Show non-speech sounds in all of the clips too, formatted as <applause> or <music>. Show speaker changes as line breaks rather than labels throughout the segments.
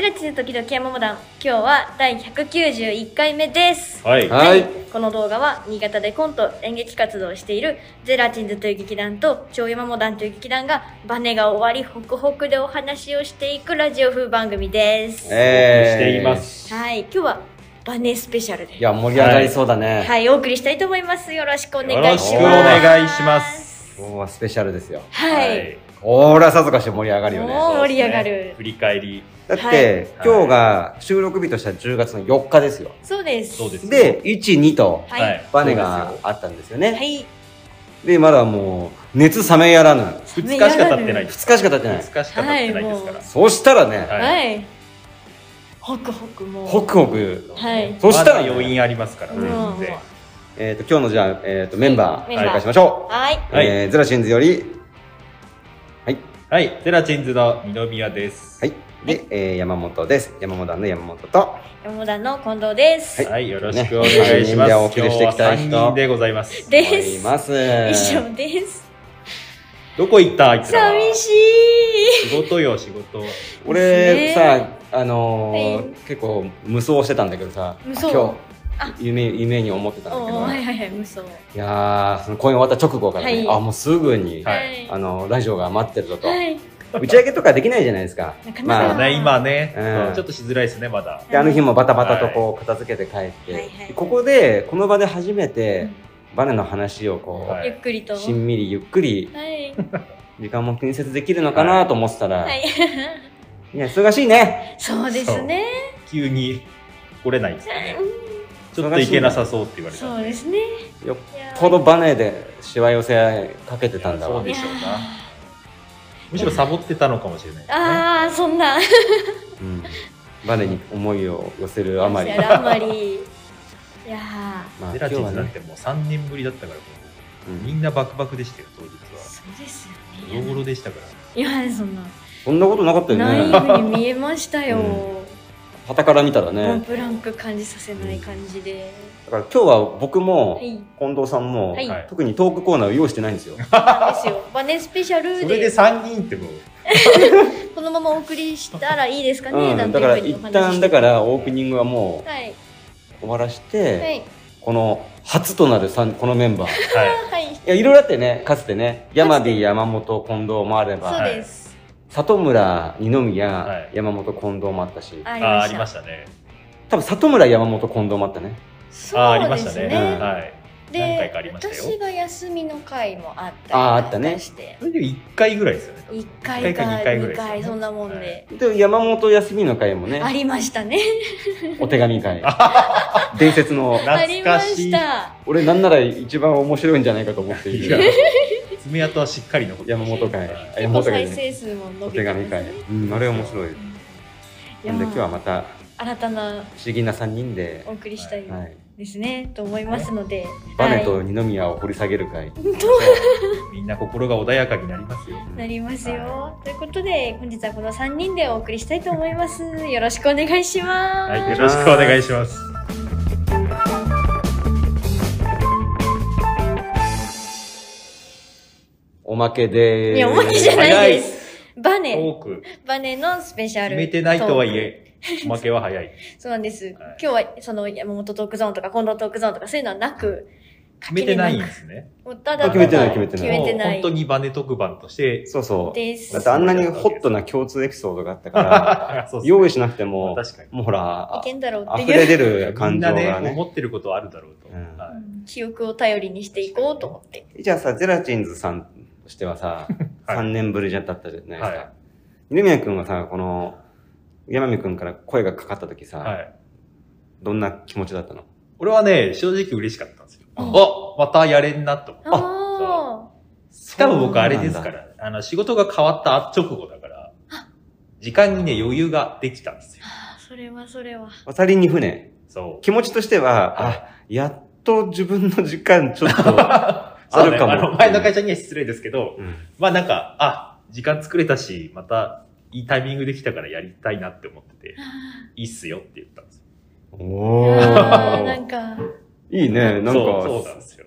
ルチズ時々山モダン今日は第191回目です
はい。
はい
この動画は新潟でコント演劇活動をしているゼラチンズという劇団と超山モダンという劇団がバネが終わりホクホクでお話をしていくラジオ風番組です
えー
しています。
はい今日はバネスペシャルで
いや、盛り上がりそうだね。
はいお送りしたいと思いますよろしくお願いします
よろしくお願いします。
今日はスペシャルですよ。
はい、
おーら、さぞかし盛り上がるよね。
もう盛り上がる
そうですね振り返り。
だって、
はい
今日が収録日としては10月の4日ですよ。
そうです
そうです
で、1、2と、
はい、
バネがあったんですよね。
はい
で、まだもう、熱冷めやらぬ。
そうですよ。2日しか経ってない。
2
2
日しか経ってない
日。しか経ってないですから。
そうしたらね、
はい
はい。ホクホクもう。
ホクホク。
はい。
そしたら
まだ余韻ありますからね。
うん
全然
えっ、と、今日のじゃあ、えっ、と、メンバー、
メ
紹
ンバー
介しましょ
はい。
う。
はい
えー、ゼラシンズより、はい。
はい。ゼラチンズの二宮です。
はい。で、えー、山本です。山本の山本と、
山田の近藤です。
はい。よろしくお願いします。
ね
今日は三人でございます。
です
います。
以上です。
どこ行ったあいつら。
寂しい。
<laughs> 仕事よ、仕事。
俺
ね
さあのー
はい
結構無双してたんだけどさ
無双
今
あ
日夢夢に思ってたんだけ
お
ど、
お、はい
い、
はいはい、無双。は
やーその公演終わった直後からね、
はい
あもうすぐに、
はい
い。
あのラジオが待ってるぞと、
はい。
打ち上げとかできないじゃないですか
なかなか
そ
ま
う
あ
ね、今ね、
うん
そうちょっとしづらいですね、まだ。
であの日もバタバタとこう片付けて帰って、
はいはい
ここでこの場で初めてバネの話をこう、
はい
ゆっくりと。は
しんみりゆっくり
い。
時間も気にせずできるのかなと思ってたら、、
はい <laughs> い。
や忙しいね
そうですね。
急に来れないですね。ちょっと行けなさそうって言われた
そ
ん
う
で。
ですね。
よっ
いやー
ぽどバネでしわ寄せかけてたんだわ
そうでしょうない
や
むしろサボってたのかもしれないです
ー
ね。
ああ、そんな。
うんバネに思いを寄せるあまり、
<laughs> あまり。いやー
<laughs> まあ、
ゼ
今
ラ
日
チン
は
ズなん
ね、
てもう3年ぶりだったから、
うん
みんなバクバクでしたよ、当日は。
そうです
ゴ
よ
ロ
ね。
ゴロでしたか
いや、そんな。
そんなことなかったよ
ナイ
ね。
ーブに見えましたよ。
うん傍から見た
モ
ら
ン
ね。
ブランク感じさせない感じで。
だから今日は僕も
はい。
近藤さんも、
はい
はい
特にトークコーナーを用意してないんですよ。
そうなんですよ。バネスペシャ
ら。
ル
それで
で
3人ってもう、
このままお送りしたらいいですかね、な
うんん、
て
だ
いうふ
から
うに
一
お話し
旦だからオープニングはも
はい。
う終わらし
は
て、
い。
この初となる三このメンバー。い
は
はい。
やいろいろあってねかつてね山ー山本近藤もあれ
そう
ば
で、す。
里村二宮、
はい
山本近藤もあったし、
あ
い。あーあ
り
り
ま
ま
し。
したたね。
多分里村山本近藤もあったね。
そ
あーあ
う
りま
で
した
す
ね。
ね。
はい。何回
で
かありましたよ
私が休みの回もあったりとか
あーあったね
して
それで1回ぐらいですよね。多分
一回か
一
二
回か二回ぐらい
回
ですよね
そんなもんで、
で山本休みの会もね
ありましたね。
お手紙会伝説の
あり
懐
ま
かし
し
い。
た。
俺なんなら一番面白いんじゃないかと思ってい
いや
る
爪痕はしっかり残ってま
山
し
本会
はい
結
山
構
本会
再
じゃな
生
い
数も伸
お
びて
手
ますね
紙会うんあれ面白いなんで今日はまた
新たな
不思議な3人で
お、送りしたい
はい、
ですね、と思いますので、
バネ
は
と二宮を掘り下げる会、
い、と
みんな心が穏やかになりますよ。
なりますよ。ということで本日はこの3人でお送りしたいと思います。よろしくお願いします。
はい。よろしくお願いします。
おまけでーす
いやおまけじゃないで
早い
す。バネ
多く
バネのスペシャル
決めてないとはいえ、おまけは早い。
そうなんです、今日はその山本トークゾーンとか近藤トークゾーンとかそういうのはなく
決めてないんですね。
もうただ
決めてない決めて
決
ない
めてな
も
いう
本当にバネ特番と
<laughs>
して、
そうそう
です
だってあんなにホットな共通エピソードがあったから
そうっすね
用意しなくても
確かに。
もうほら
いけんだろうっ
あ
て
溢れ
いう
出る
み
感
ん
情
な
が
ね、
ね
思ってることあるだろうと。
うん
は
記憶を頼りにしていこうと思って。
じゃあさ、ゼラチンズさんとしては
<laughs>
さ、
はい
3年ぶりじゃったじゃないですか。
はい
二宮君はさ、この、山見君から声がかかった時さ、
いはい。
どんな気持ちだったの
俺はね、正直嬉しかったんですよ。
う
あ
ん
またやれんなと思って。
あ
しかも僕あれですから、あの、仕事が変わった直後だから、時間にね、余裕ができたんですよ。
あ、それはそれは。
渡りに船。
そう。
気持ちとしては、
は
あ、やっと自分の時間ちょっと、
<laughs> そ
あ
うね
るかも
あの、前の会社には失礼ですけど、
うん
まあなんか、あ、時間作れたし、また、いいタイミングできたからやりたいなって思ってて、いいっすよって言ったんですよ。
お
あーな
ー
んか、
いいね、な
そ
ん
うそうなん
か、
ですよ。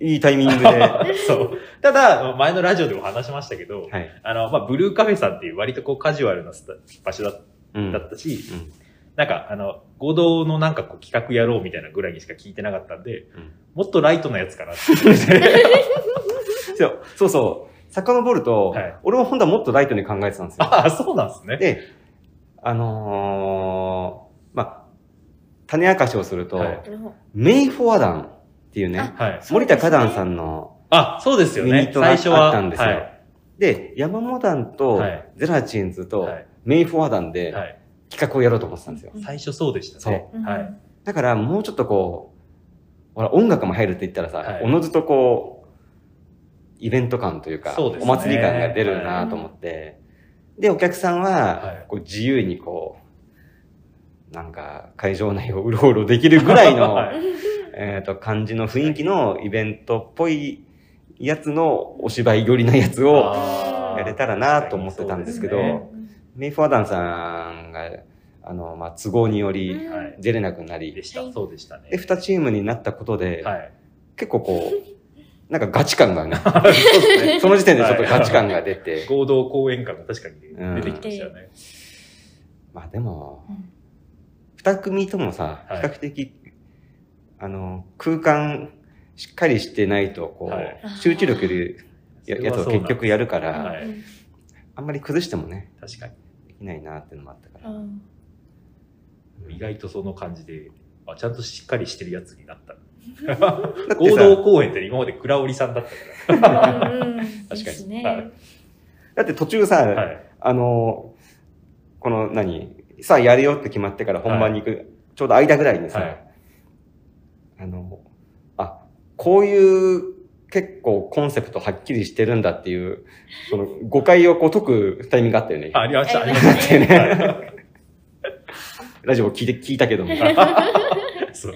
いいタイミン
<laughs>
グで。は
そう。ただ、前のラジオでも話しましたけど、
い。
あの、まあ、ブルーカフェさんっていう割とこうカジュアルなスタ場所だっ
うん
だったし、
うん
なんかあの、合同のなんかこう企画やろうみたいなぐらいにしか聞いてなかったんで、
うん
もっとライトなやつか
<laughs>
なって思って。
そうそうそう。遡ると、
はい
俺も本当はもっとライトに考えてたんですよ。
ああ、そうなんですね。
で、あのーまあ、種明かしをすると、
はい
メイ・フォアダンっていうね、
はい。
森田花壇さ
ん。
んの、
あ、そうですよ
ユニ
ね
ッ。トが
最初は。
あったんですよ
はい。
で、山モダンと
はい
ゼラチンズと
はい
メイ・フォアダン
は
で
い。
企画をやろうと思ってたんですよ。
最初そうでしたね。
そう
はい。
だからもうちょっとこう、ほら、音楽も入るって言ったらさ、
はい
おのずとこう、イベント感というか、
そうです
お
ね
祭り感が出るなと思って、で、お客さん
は、
はいこう自由にこう、なんか会場内をうろうろできるぐら
<laughs>
い
は
の、
い
えっと、感じの雰囲気のイベントっぽいやつのお芝居寄りなやつを
あー
やれたらなと思ってたんですけど、
そうですね
う
メイフォアダンさんが、あの、まあ、都合により
ん
はい
出れなくなり
で、した、
はい
そうでしたね。
で、2チームになったことで、
はい。 <laughs>
結構こう、なんかガチ感がね、
そうですね。
その時点でちょっとガチ感が出て、
合同講演会が確かに出てきましたよね。
まあでも
うん、
二組ともさ、比
はい
較的、あの、空間しっかりしてないと、こ
は
う、集中力でややつを結局やるか
は
ら、
い
うん
あんまり崩してもね、
確か
できないなっていうのもあったから。
に。意外とその感じで、あ、ちゃんとしっかりしてるやつになった。
だって
合
さ
同公演って今まで倉織さんだったか
うんうん
かに
ですね。
はい
だって途中さ、
ら。はい。
あの、この何、さあやるよって決まってから本番に行く、ちょうど間ぐらいにさ、
はい
あの、あ、こういう結構コンセプトはっきりしてるんだっていう、その誤解をこう解くタイミングがあったよね
あ。ありました、あ
あ
り
り
ま
ま
し
したた
た。
よね。 <laughs>
は
ラジオ聞いて、聞いたけども。
いそう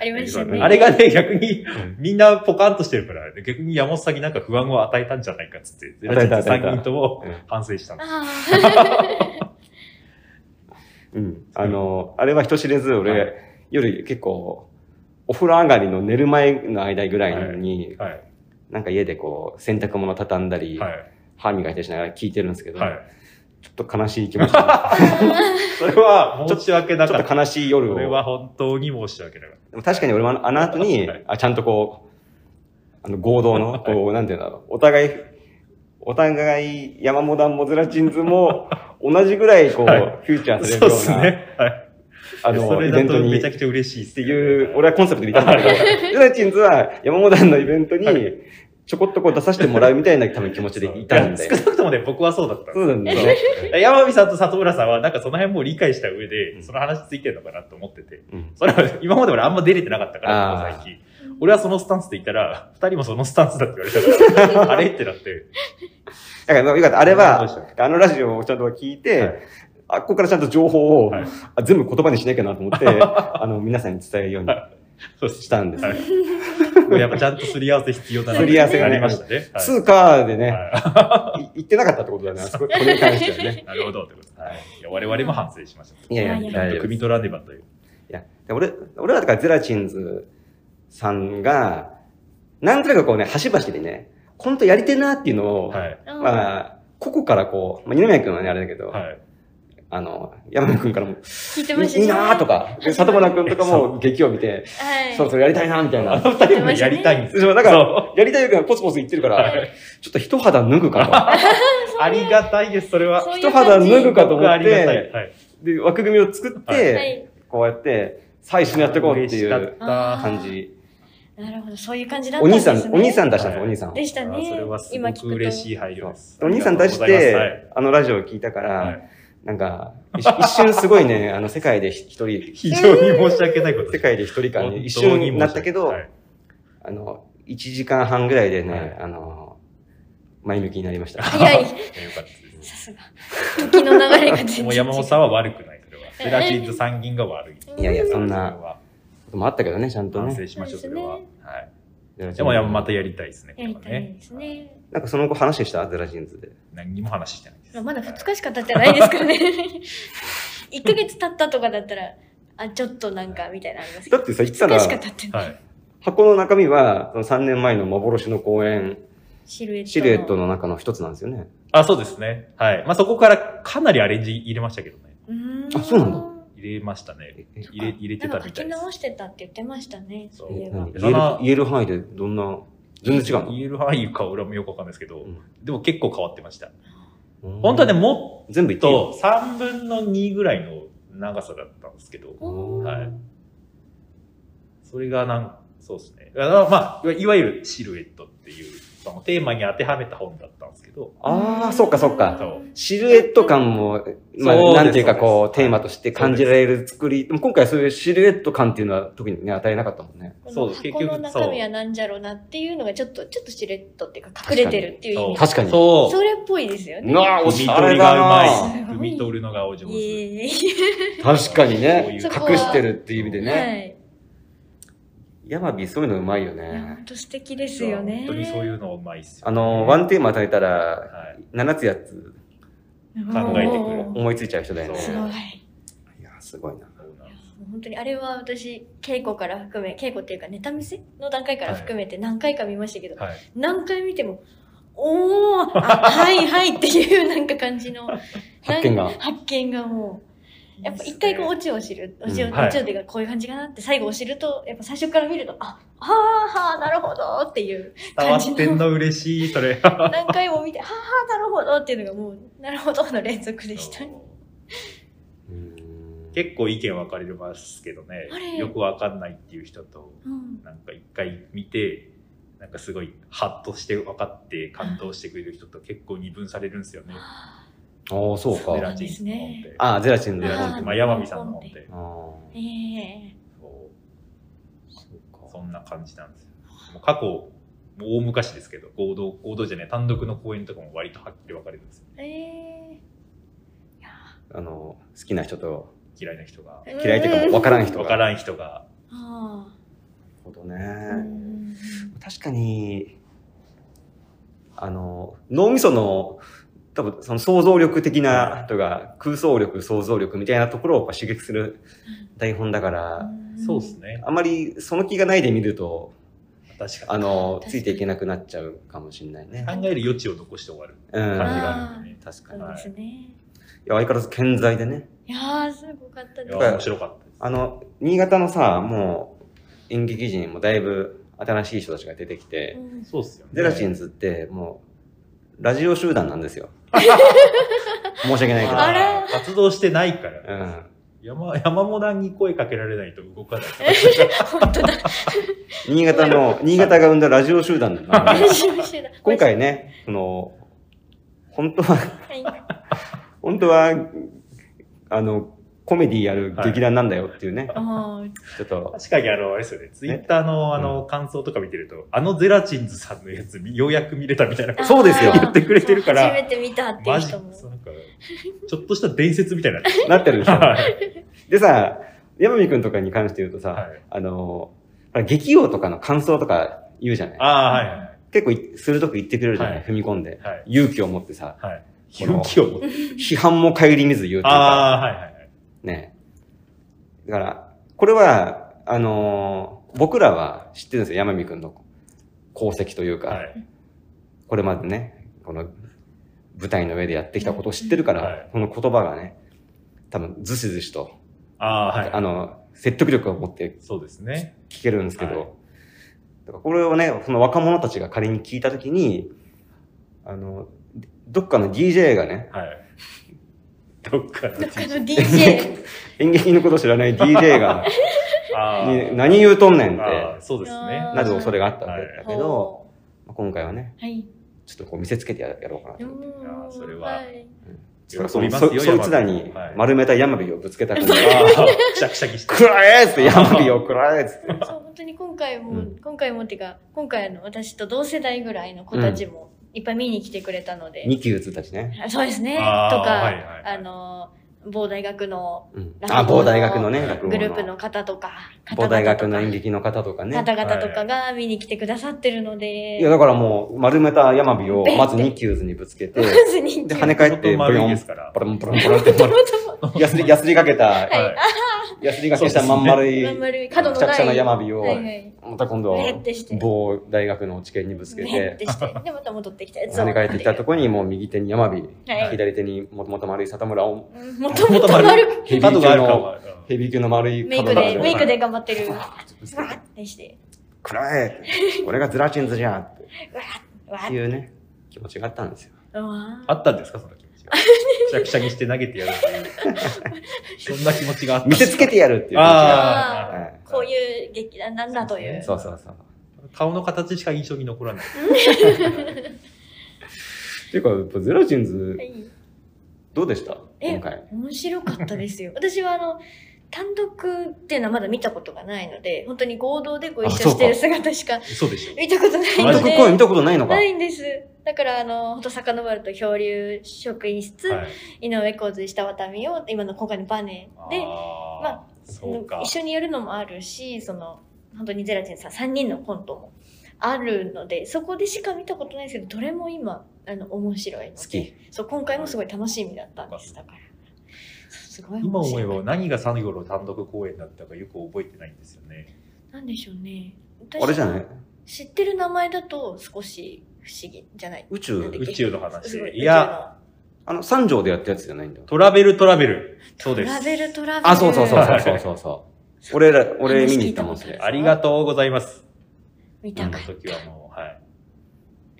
ありましたね。
あれがね、逆に
ん
みんなポカンとしてるから、逆に山本さんになんか不安を与えたんじゃないかっつって、
与えた
3人とも
うん
反省したんです。
あ
うん。あの、あれは人知れず、俺、
は
夜結構、お風呂上がりの寝る前の間ぐらいに、
はい。
なんか家でこう、洗濯物畳んだり、
はい。
歯磨いたりしながら聞いてるんですけど、
はい。
ちょっと悲しい気持ちになって <laughs>
それは申し訳な
ち
か
ょ
っ。
ったと悲しい夜
そ
を。
れは本当に申し訳なかっ
でも確かに俺はあの後に
はい、
あちゃんとこう、あの合同の、こう、なんていうんだろう、お互い、お互い、山モダンもズラチンズ
<laughs>
も、同じぐらい、こう、
はい
フューチャ
た。
ー
そう
され
で
るよ
す
うな、
ね。はい。
あ
そ
の、イ
れ
ベ
だ
ント
と
に、
めちゃ
っ
くちゃ嬉しいって
いう、俺はコンセプトでいたんだけど、ズラチンズは山モダンのイベントに
は、
ちょこっとこう出させてもらうみたいな多分気持ちでいたんで
少。なくともね、僕はそうだったんです
そうなん
<laughs>
だよね。
山美さんと里村さんは、なんかその辺もう理解した上
う
で、
ん
その話ついてるのかなと思ってて。
うん
それは、今まで俺あんま出れてなかったから、
あー
最近。俺はそのスタンスでいたら、二人もそのスタンスだって言われた
<laughs>
から、あれってなって。
だから、よかった。あれ
どうした
は、あのラジオをちゃんと聞いて、
はい
あ、ここからちゃんと情報を、
はい
あ全部言葉にしなきゃなと
<laughs>
思って、あの、皆さんに伝えるように
そうです
したんです。
はいもうやっぱちゃんとすり合わせ必要だな。
すり合わせが
な
ね
りましたね。はい
通貨でね、
はい
言ってなかったってことだね、あそここれに関しては
<laughs>
ね。
い。なるほど。ってことですはいいや我々も反省しました。
いやい
いや
や、
い
ちゃ
大
んと
丈夫
汲
です
み
い
取らねばという。
や、で俺、俺らだからゼラチンズさんが、なんとなくこうね、端々でね、コントやりてえなっていうのを、
はい。
ー
まあ、ここからこう、まあ、二宮君はね、あれだけど、
はい。
あの、山田君からも、
聞いてました
いいなーとか、で里村君と
<laughs>
かも劇を見て、
はい。
そろそろやりたいなみたいな
あ。の二人もねやりたいんですよ。
そう、だから
そ、
やりたいからポツポツ言ってるから、
はい
ちょっと一肌脱ぐか
ありがたいです、それは。
そう
と。
いう
一
感
肌
じ
脱ぐかと思
僕はあ
っ
りがたい。
て、
はい。 <laughs>
で、枠組みを作って、
はい。
こうやって、最初にやっていこうってい
嬉
う
しかった。
感じ。
なるほど、そういう感じだった
お
んで
兄
す
さ
ね。
ん、お兄さん出したん
は
ですよ、
い
お兄さん。
でしたね。
あそれはす
今聞
ご
く
く
と
嬉しい配慮です。
お兄さん出し
ありがとうござい
て、あの、ラジオを聞いたか
ますはいは
ら、
い
なんか、一一瞬すごいね、あ <laughs> の、世界で一人、
非常に申し訳ないこと
世
です。
界で一人感
本当
に
に
一瞬になったけど、
はい
あの、一時間半ぐらいでね、
はい
あの、前向きになりました。
早い。
よかったです
<laughs>
さすが。時の流れが全然違う。
もう山本さんは悪くない、それは。ゼラチンズ参議院が悪い。
いやいや、そん
それ
な
は
こともあったけどね、ちゃんと
反
ね。
省しましょう、それは。
そうで
はい。でも、またやりたいですね、こ
や
れ
り
は
たいです
はい
ね。
なんかその後話したゼラチンズで。
何にも話してないです。
まだ
はい
2日しか経ってないですからね。1ヶ月経ったとかだったら、あ、ちょっとなんかみたいなのありますけ
だ
ど。
ってさ、言ってた
2
ら
日、しか経ってない。
はい。
箱の中身は、その3年前の幻の公演、
シルエットの。
シルエットの中の一つなんですよね。
あ、そうですね。はい。まあ、そこからかなりアレンジ入れましたけどね。
うーん。ー
あそうなんだ
入れましたね。
え
入れ入れてた
なんか
み
書
た
き
いです。
直してたって言ってましたね。
そ
そううい
え
えば
何。言える
あの
言える範囲でどんな、全然違うの
言える範囲か俺もよくわかんないですけど、
うん
でも結構変わってました。本当はね、も
全部言
っ
っていいよ
と3分の2ぐらいの長さだったんですけど、
おー
はいそれがなん、そうですね。あのまあ、いわいわゆるシルエットっていう、そのテーマに当てはめた本だったんですけど、
ああ、そうかそうか。
そう
シルエット感も、まあ、
そうです
なんていうか
そ
こ
う
う、
です
テーマとして感じられる作り。でも今回そういうシルエット感っていうのは特にね、与えなかったもんね。
こ
そう
の
結
箱
局
の中身は何じゃろうなっていうのがちょっと、ちょっとシルエットっていうか隠れてるっていう意味。
確かに
そう。
それっぽいですよね。
うわあ、
踏
お
み
しゃ
取
れ
りが
だ
う
す
まい。
ごい
踏み取るのがお上
い
手。
えいえ
な確かに
そうい
ね、
う
そこは
隠してるっていう意味で
は
ね。
い。
ヤマビーそういうのうまいよ
いや、
ね
本。当素敵ですよね。
本当にそういうのうまいっすよ、
あの、ワンテーマ与えたら、
はい。
7つやつ
考えてくる
おー
思いついちゃう人だよね。
す
そう
ごい。
いや、すごいな。
そうなんです
本当にあれは私稽古から含め稽古っていうかネタ見せの段階から含めて何回か見ましたけど、
はい。
何回見てもおおはいはいっていうなんか感じの
<laughs> 発見が
なんか発見がもうやっぱ一回こうオチを知るオチを、
うんはい
オチをっていうかこういう感じかなって最後を知るとやっぱ最初から見るとああはあなるほどっていう
<laughs> 伝わってんの嬉しい、それ。は
何回も見てはあなるほどっていうのがもうなるほどの連続で
<laughs>
した。
うん
結構意見分かれますけど
あれ
ねよく分かんないっていう人と
うん
なんか一回見てなんかすごいハッとして分かって感動してくれる人と結構二分されるんですよね
ああ、そう
う
ゼ
な
か。
ラ
ん
チ
で
ン
す
さんの本
ね
で
ああ、ゼラチン
ゼラ
の
チン
あ
っ
ー
てまあ山見さんの本で
あ
ええ
そう
あ、
そんな感じなんですよもう過去もう大昔ですけど合同合同じゃね単独の公演とかも割とはっきり分かれるんですよ
え
あの、好きな人と
嫌いな人が
え
嫌いというかもう分からん人が。
分からん人が
あ
ほど
あ
ね。確かに、あの、脳みその、多分その想像力的なとか、空想力、想像力みたいなところをやっぱ刺激する台本だから、
そうですね
あまりその気がないで見ると、
確か
あの、
確かに
ついていけなくなっちゃうかもしれないね。
に考える余地を残して終わる
う
感
ん。
じがあるんでね
確か
そ
に。いう
ですね。
や、相変わらず健在でね。
いやー、すごかった
い
です。
や
っぱり
面白かったです
あの、新潟のさ、もう、演劇人もだいぶ新しい人たちが出てきて、
うん
そうっすよね
ゼラチンズってもう、ラジオ集団なんです
<laughs>
よ。申し訳ないけど。
あら
活動してないから、
うん。
山山モダンに声かけられないと動かない
本当だ。
新潟の、新潟が生んだラジオ集団なので、
<laughs>
<laughs> 今回
ね。
ね、その、本当は、
はい
本当は、あの、コメディやる劇団なんだよっていうね、
あー
ちょっと、
確かにあのあれですよねツイッターのあの感想とか見てると、あのゼラチンズさんのやつようやく見れたみたいな
あー
そうですよ
やってくれてるから
初めて見たっていう
マジ
人
そう
も。
なんかちょっとした伝説み
<laughs>
たいになって
なってるでし
る
ょ。
はい
でさ、山見くんとかに関して言うとさ、
はい
あの、劇用とかの感想とか言うじゃない
あーはいはい
結構い鋭く言ってくれるじゃない、
はい
踏み込んで。
はい
勇気を持ってさ、
はい
この
勇気を持って
批判も顧みず言うというか、
ああはいはいはい
ね。だから、これは、あのー僕らは知ってるんですよ、山見くんの功績というか、
はい
これまでね、この舞台の上でやってきたことを知ってるから、
はい
この言葉がね、多分ずしずしと、
ああーは
あ
い
の、説得力を持って
そうですね
聞けるんですけど、
はい
だからこれをね、その若者たちが仮に聞いたときに、あの、どっかの DJ がね、
はいどっかの
どっかの
<laughs>
DJ。
演劇のこと知らない DJ が、
あー
に何言うとんねんって
あー、そうですね
あー
なぜそれがあったわけだけど、
ほ
まあ今回はね、
うはい。
ちょっとこう見せつけてややろうかなと
う
思って。
ん
やーそれは
いう
喜
そ
び
う
ま
そ
すよ
そそいつらに
はい
丸めたヤマビをぶつけたくな
あ
い。
ーくしゃくしゃにして
くらえっつって、ヤマビをくらえっつって。
そう、本当に今回も、
うん
今回もっていうか、今回の私と同世代ぐらいの子たちもいっぱい見に来てくれたので、
二級打つたちね。
あそうですね。とか、
あーはいはいはい
あの、某大学の
うん、
落語
あ、
の
某大学のね、落語
グループの方とか、方
某
々とか
大学の演劇の方とかね。
方々とかが見に来てくださってるので、
いや、だからもう、丸めたヤマビを、まず二級図にぶつけて
<laughs> ま、ず人
で、
気
跳ね返って、ブ
丸
ヨ
いで
ン
す、から
ポロンポロンポロンって、
<laughs>
やすり、やすりかけた、
はい
やすりかけしたまん丸い、
まんまるい
ちゃ
角の
くちゃ
な。
ないヤマビを
はいはい、
また今度は
めってして
某大学の知見にぶつけ
めって
て、 <laughs>
してでまた戻ってきたやつ
跳ね返ってきたところにもう右手に山火、
はい
左手にもともと丸い里村を、
うんもともと
<laughs>
丸
ヘビー
角がある
級
か
の、
も。
ヘビー級の丸い
メイクで
角が
メイク
で。
で頑張ってる
ふわ
わ
ーっとぶつけて
ーってして
くらえ俺がゼラチンズじゃんって
わ
っ
ーっ
てい
<laughs>
うね、気持ちがあったんですよ。
うわー
あったんですかその気持ちが。シャキシャキして投げてやるっていう。そんな気持ちがあった。
見せつけてやるっていう気持ちが。
ああ。
はい
こういう劇団なんだという
そうそうそう。
顔の形しか印象に残らない。
っていうか、やっぱゼラチンズ
は、い
どうでした
え
今回。
面白かったです
<laughs>
よ私はあの単独っていうのはまだ見たことがないので本当に合同でご一緒してる
あ
姿しか
そうでし
見たことない
単
の
独公演見
で
たことないのか
ないんですだからあの本当遡ると漂流職員室、
た。はい。
井上洪水した渡美を今の今回のバネで
あー
まあ
そうか。
一緒にやるのもあるしその本当にゼラチンさん3人のコントもあるのでそこでしか見たことないですけどどれも今あの面白いので
好き
そう今回もすごい楽しみだったんですだからすごい
今
面
思
白い
えば何が最後の単独公演だったかよく覚えてないんですよね。
なんでしょうね
あれじゃない
知ってる名前だと少し不思議じゃない
宇
なんで
宙
宇宙の話
すご。
いや、
あの、三条でやったやつじゃないんだよ。
トラベルトラベル。そう
ト
です
ラ。ベルトラベル
あ、そうそうそうそうそうそうそう。俺ら、俺見に行ったもん、それ。
ありがとうございます。
見
あ
た
の
かった
時はもう、はい。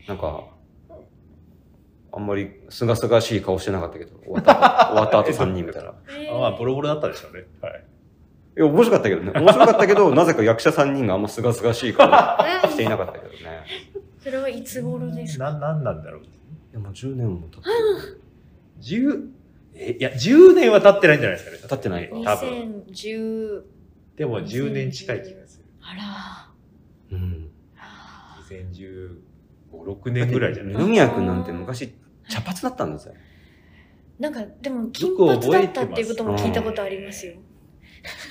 なんか、あんまりすがすがしい顔してなかったけど、終わった後、終わった後3人見たら。い
えー
あまあ、ボロボロだったでしょうね。はい。
や、面白かったけどね。面白かったけど、なぜか役者3人があんますがすがしい顔していなかったけどね。
それはいつ頃ですか
な、なんなんだろう。
いや、もう10年も経って
10、え、いや、10年は経ってないんじゃないですかね。
経ってないか
多分。
2010
でも10年近い気がする。
あら
る。うん。
2015、6年ぐらいじゃない
二宮君なんて昔、茶髪だったんですよ。
なんかでも金髪だったっていうことも聞いたことありますよ。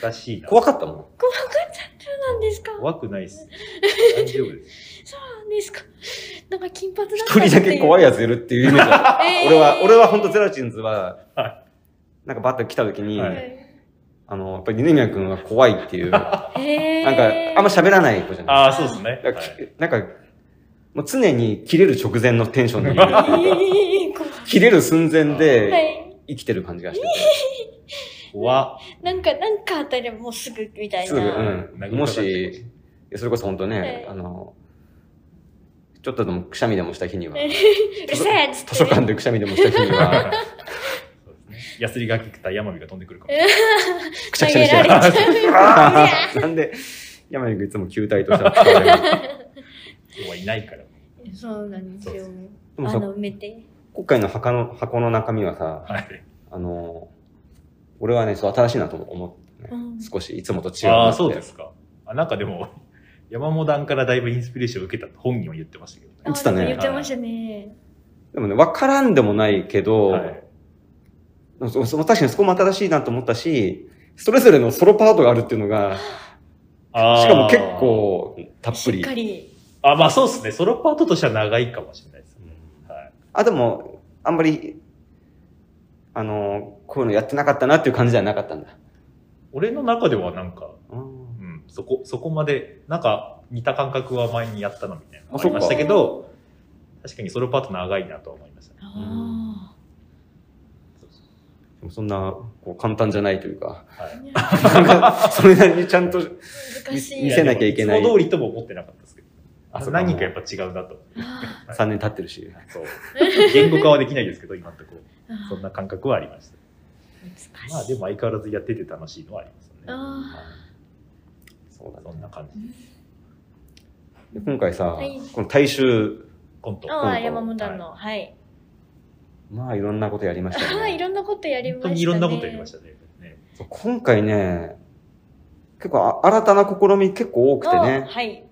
難しいな。
怖かったもん。
細かっちゃったなんですか。
怖くないっす。大丈夫です。
そうなんですか。なんか金髪だった
一人だけ怖
い。
いやついるっていうイメージだった。
えー
<laughs> 俺は、俺は本当ゼラチンズは
は、
なんかバッと来た時に、
は
え
あの、やっぱり二宮君は怖い
<laughs>
っていう、なんか、
ー
あんま喋らない子じゃない
ああ、そうですね。
だか
は
ら
い
きなんか、もう常に切れる直前のテンションでいる
え <laughs> ー怖い
切れる寸前
は
で
い。
生きてる感じ
<laughs>
がして
怖
なんかなんかあったりもうすぐみたい
て、
な。
すぐ、う
は
なん
ん。
か
もし、それこそ本当
はい
ね、あの、ちょっとでもくしゃみでもした日には、
い
図
うるせえっつって。
書館でくしゃみでもした日に
<laughs>
は、<laughs>
そうですね。ヤスリが切った山火が飛んでくるかも。
くしゃくしゃにして
投げられ
うわーなんで、山根君いつも球体として扱わ
<laughs>
れる。
今日はいないから。
そうなんですよ。
でも
あ
さ、
の埋めて。
今回の墓の箱の中身はさ、
はい。
あの、俺はね、そう新しいなと思って、ね
うん
少しいつもと違
あ
うな
あ、
って。
そうですか。あ、なんかでも、山本団からだいぶインスピレーションを受けたと本人は言ってましたけどね。
言ってたね
あ言ってましたね。
でもね、わからんでもないけど、
はい。
でもそそ確かにそこも新しいなと思ったし、それぞれのソロパートがあるっていうのが、
あー
しかも結。構たっぷ
しっ
り。
かり。
あ、まあそうですね。ソロパートとしては長いかもしれないです。はい。
あ、でも、あんまり、あの、こういうのやってなかったなっていう感じじゃなかったんだ。
俺の中ではなんか、
うん
うん、そこ、そこまで、なんか似た感覚は前にやったのみたいなの
あ
があ
そ
り
っか
ましたけど、確かにソロパート長いなとは思いましたね。
あ
でもそんな、こう簡単じゃないとい
<laughs>
うか、
はい
ー。
なんかそれなりにちゃんと、
難しい。
見せなきゃいけない
やでもいつも通りとも思ってなかったですけど。
あそっか
何かやっぱ違うなと。
あ
3年経ってるし。
<laughs>
そう。 <laughs> 言語化はできないですけど、今のところ。
ー
そんな感覚はありました。
難しい。
まあでも相変わらずやってて楽しいのはありますよね。
あ
そうだ
そ
ね
んな感じ。
で今回さ、
はい
この大衆、
コント。
あ、あ
は
あ
い
山本団の、はい。
まあいろんなことやりましたよ
ああ、い
ね。
ろんなことやりました、
本当
ね。
にいろんなことやりました
<laughs>
ね。ね
そう今回ね、結構あ新たな試み結構多くて
あ
ね、
はい。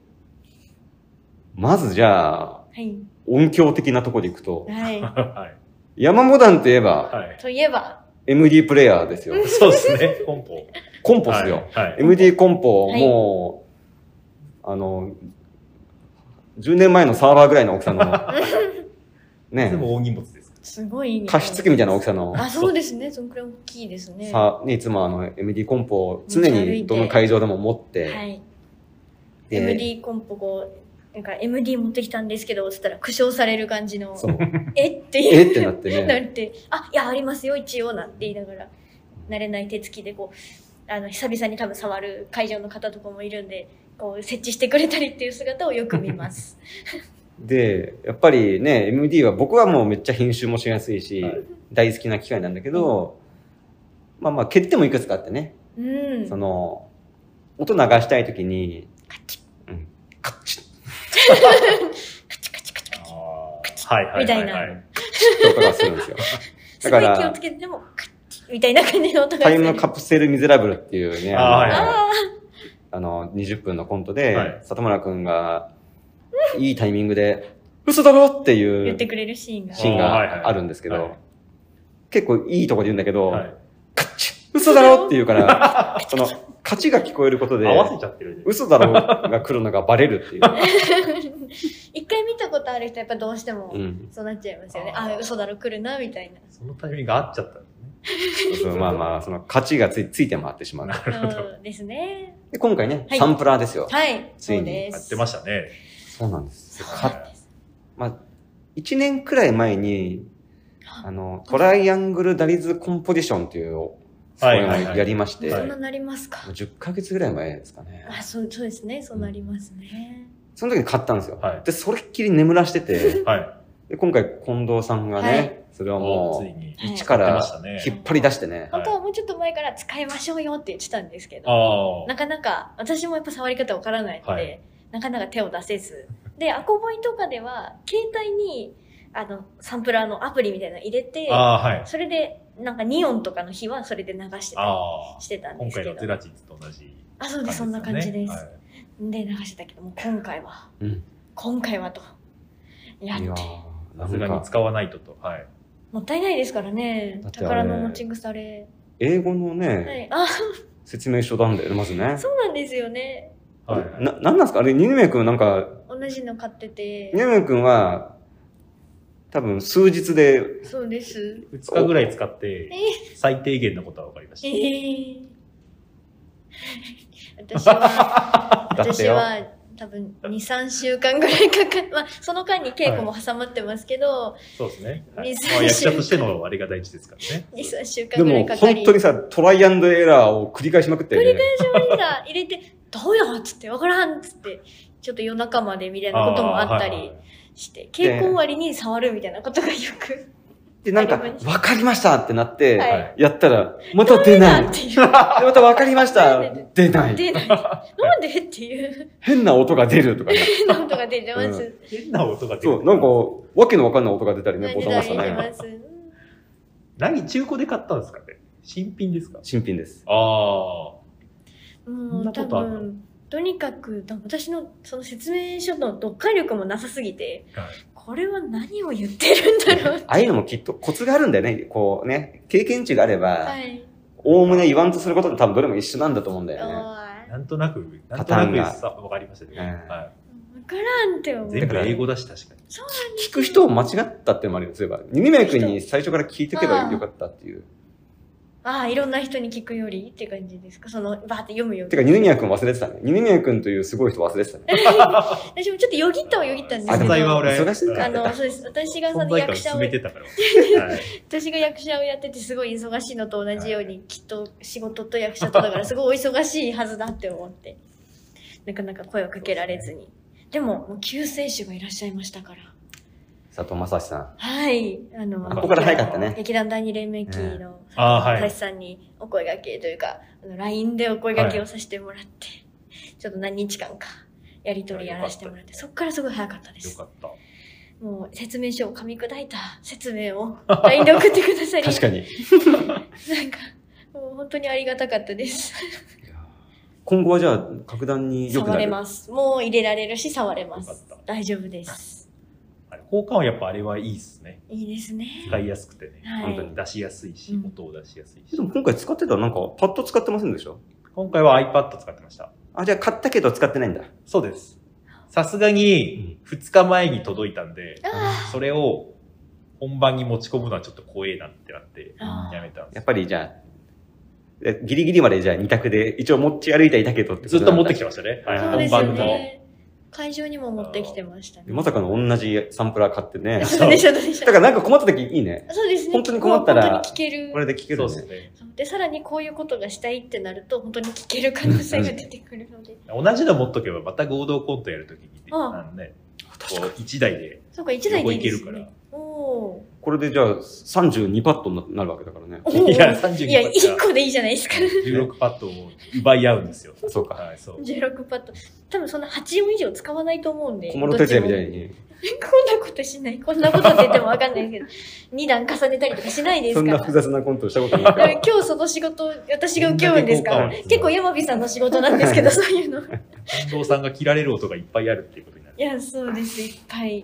まずじゃあ、
はい。
音響的なとこでいくと、
は
は
山モダンといえ
い。
ば、
はい <laughs>
い。。といえば、
MD プレイヤーですよ。
そうですね。コンポ。
コンポっすよ。
はい。はい。
MD コンポ、
はい
もう、あの、10年前のサーバーぐらいの大き
<laughs>
さの、
いつ
ね、
も大荷物です。
すごい。
加湿器みたいな大きさの、
あ、そうですね。そのくらい大きいですね。
さ、ね、いつもあの、MD コンポを常にどの会場でも持って、
はい。
で
MD コンポこう、なんか MD 持ってきたんですけど、つったら苦笑される感じの、
そう。
えっていう。
え <laughs> ってなってね。
<laughs> なって、あ、いや、ありますよ、一応、なんて言いながら、慣れない手つきで、こう、あの、久々に多分触る会場の方とかもいるんで、こう、設置してくれたりっていう姿をよく見
<laughs>
ます。
で、やっぱりね、MD は僕はもうめっちゃ編集もしやすいし、
はい
大好きな機械なんだけど、まあまあ欠点もいくつかあってね、
うん。
その、音流したいときに、うんカッチッ
カチカチカチカチ。
はいはいはいはい。
みたいな
って音がするん
<laughs>
ですよ。
す
だ
ご
か
い
ら
気をつけても、カチみたいな感じの音がする。
タイムのカプセルミゼラブルっていうね、
あーはい
の
あ
あの、20分のコントで、
はい
里村くん
<laughs>
が、いいタイミングで、嘘だろっ
ー
てい
言っ
う
てくれるシーンが。
シーンがあるんですけ
あーは
ど
いはい、
結構いいとこで言うんだけど、
はい
カッチッ嘘だろって言うから、その、カチが聞こえることで
合、わせちゃってるね。
嘘だろが来るのがバレるっていう。
<laughs> 一回見たことある人、やっぱどうしても
う、ん。
そうなっちゃいますよね。
あ
あ
ー
あ、嘘だろ、来るな、みたいな。
そのタイミングが合っちゃったんですね。
そうまあまあ、そのカチがついついて回ってしまう。
うんですね。
で今回ね、
はい
サンプラーですよ。
はい、
つい
そ
に
うで
合っ
す。
てましたね。
そうなんで
そ
す。
うなんです。
まあ、1年くらい前に、あの、トライアングル打率コンポジションっていうのを
はいはいはい
やりまして、
そ
はい
んななりますか。
もう10ヶ月ぐらい前ですかね。
あ、そう、そうですね。そうなりますね。
その時に買ったんですよ。
はい
で、それっきり眠らし
<laughs>
てて、
はい。
で今回近藤さんがね、
はい
それを
もう、
も、
ついに。
はいう
一か
やってま
ら
したね。
引っ張り出してね、
はい
本当はもうちょっと前から使いましょうよって言ってたんですけ
あ
ど、
あ。
なかなか、私もやっぱ触り方わからないので、
はい
なかなか手を出せず。で、アコボイとかでは、携帯に、あの、サンプラーのアプリみたいなの入れて、
ああー、はい。
それで、なんかニオンとかの日はそれで流してた
あ
してた
あ。
ん
今
です
回
け
の
ど。
ゼラチンと同じ
あ、そう
感
で。
じですす
そ
よね。
んな感じです。
はい
で、流してたけども、今回は、
うん
今回はと。やっ
い
て
や。
さ
ー
すが
なん
に
か
使わないとと。はい。
もったいないですからね。
だってあれ
宝のマッチングされ。
英語のね、
はい。あ、
説明書なんだよねまずね
そうなんですよね。
はい。
ななんなんですかあれ二宮君なんか
同じの買ってて
二。宮君は多分数日で
そうです。
2日ぐらい使って
え、
最低限のことは分かりま
え
し
ー、私は、
だって
私
よ
は多分2、3週間ぐらいかかっ、まあ、その間に稽古も挟まってますけど、
た。そうですね。はい
二
まあ
三
役
週間
者としてのあれが大事ですからね。
2、3週
で
間ぐらい
も
かかり、
本当にさトライアンドエラーを繰り返しまくってるよね
リーダー入れて、どうよっつって、わからんっつって、ちょっと夜中までみたいな <laughs> こともあった
ーはい
り
はい
して、稽古終わりに触るみたいなことがよく、
でなんか
ありまし
分かりましたってなって、
はい
やったらまた出な
な
いで
んていう。
また分かり
<laughs>
ました出ない
出ない。なんでっていう。
変な音が出るとかね
なんとか出てます。
変な音が出てく
そ
る
うなんかわけのわかんない音が出たりねボ
出
タン押したた
り
ね
ます。
何中古で買ったんですかね新品ですか
新品です
あ
も
そんな
う多
ことある
分、とにかく、なんか私のその説明書の読解力もなさすぎて、
はい
これは何を言ってるんだろう
<laughs>
って。
ああいうのもきっとコツがあるんだよねこうね経験値があれば、
はい。
おおむね言わんとすることって多分どれも一緒なんだと思うんだ
お
よね。
あ。
ー
なんとなく、なん
パ
と
ター
な
ン
く
が
さ、わかりましたね。
うん
は
わからんって思
い。
う。
全部英語だし、確かに。
そうなんです
聞く人を間違ったっていうのもあるよ。そういえば、二宮君に最初から聞いてけばよかったっていう。
ああ、いろんな人に聞くよりって感じですかその、バーって読むより。
てか、二宮君忘れてたね。二宮君というすごい人忘れてたね。
<laughs> 私もちょっとよぎったはよぎったんですけ
あ
ど。
で
存
も
在は俺、
忙しいから
あの、そうです。私がそ
存
の
在感
役者
薄
を
めてたから。はい
私が役者をやっててすごい忙しいのと同じように、きっと仕事と役者とだから <laughs> すごいお忙しいはずだって思ってなかなか声をかけられずにでももう救世主がいらっしゃいましたから
佐藤正史さん。
はいあの
あここから早かったね
劇団第二連盟期の
ああ、は
大
い
志。さんにお声掛けというか、あの LINE でお声掛けをさせてもらって、ちょっと何日間かやり取りやらせてもらってそっからすごい早かったで
よ
す
かった。
もう説明書を噛み砕いた説明を LINE で送ってくださり
確かに。
なんか、もう本当にありがたかったです。
今後はじゃあ、格段に良く
触
な
れ
る。
ます。もう入れられるし、触れま
よ
す
かった。
大丈夫です。
あれ交換はやっぱあれはいいっすね。
いいですね。
使いやすくてね。
はい
本当に出しやすいし
う、ん
音を出しやすいし
で。も今回使ってたらなんか、パッド使ってませんでしょ
今回は iPad 使ってました。
あ、じゃあ買ったけど使ってないんだ。
そうです。さすがに、2日前に届いたんで、
あ
それを本番に持ち込むのはちょっと怖えなってなって、
あ
やめたんです
やっぱりじゃあ、でギリギリまでじゃあ2択で、一応持ち歩いてはいたけどって
ずっと持ってき
た。
てましたね。
はい
そうですよ
本番の。
ね。会場にも持ってきてましたね。
まさかの同じサンプラー買って
<laughs>
ね。
そうでした、そうでし
だ
た
か。らなんか困った時いいね。
そうですね。
本当に困ったら
本当に聞ける
こ。れで聞け
そ
る
うで
ね
す。ね。
そうで、さらにこういうことがしたいってなると、本当に聞ける可能性が出てくるので。
同じの持っとけば、また合同コントやるときに、
ああ
あのね、こう、一台で
そうか、一台
横
でい
い
い
け
です、
る
ね。
から。
おお
これでじゃあ32パットになるわけだからね。
ー。
いや、
いや、
32
一
パッ
個でいいじゃないですか。
16パッドを奪い合うんですよ。
そうか。
はい、
<laughs>
そう。
16パッド。多分そんな8音以上使わないと思うんで。
小室哲也みたい
に。
に。
こんなことしない。こんなことって言ってもわかんないけど、2段重ねたりとかしないです
そん
か
な
ら。
複雑なコントをしたことないから
今。日その仕事、私が請け負うんですか
こん
ら
なに効果あるんですね
結構山火さんの仕事なんですけど、そういうの。
近藤さんが切られる音がいっぱいあるっていうことになる。
いや、そうです、いっぱい。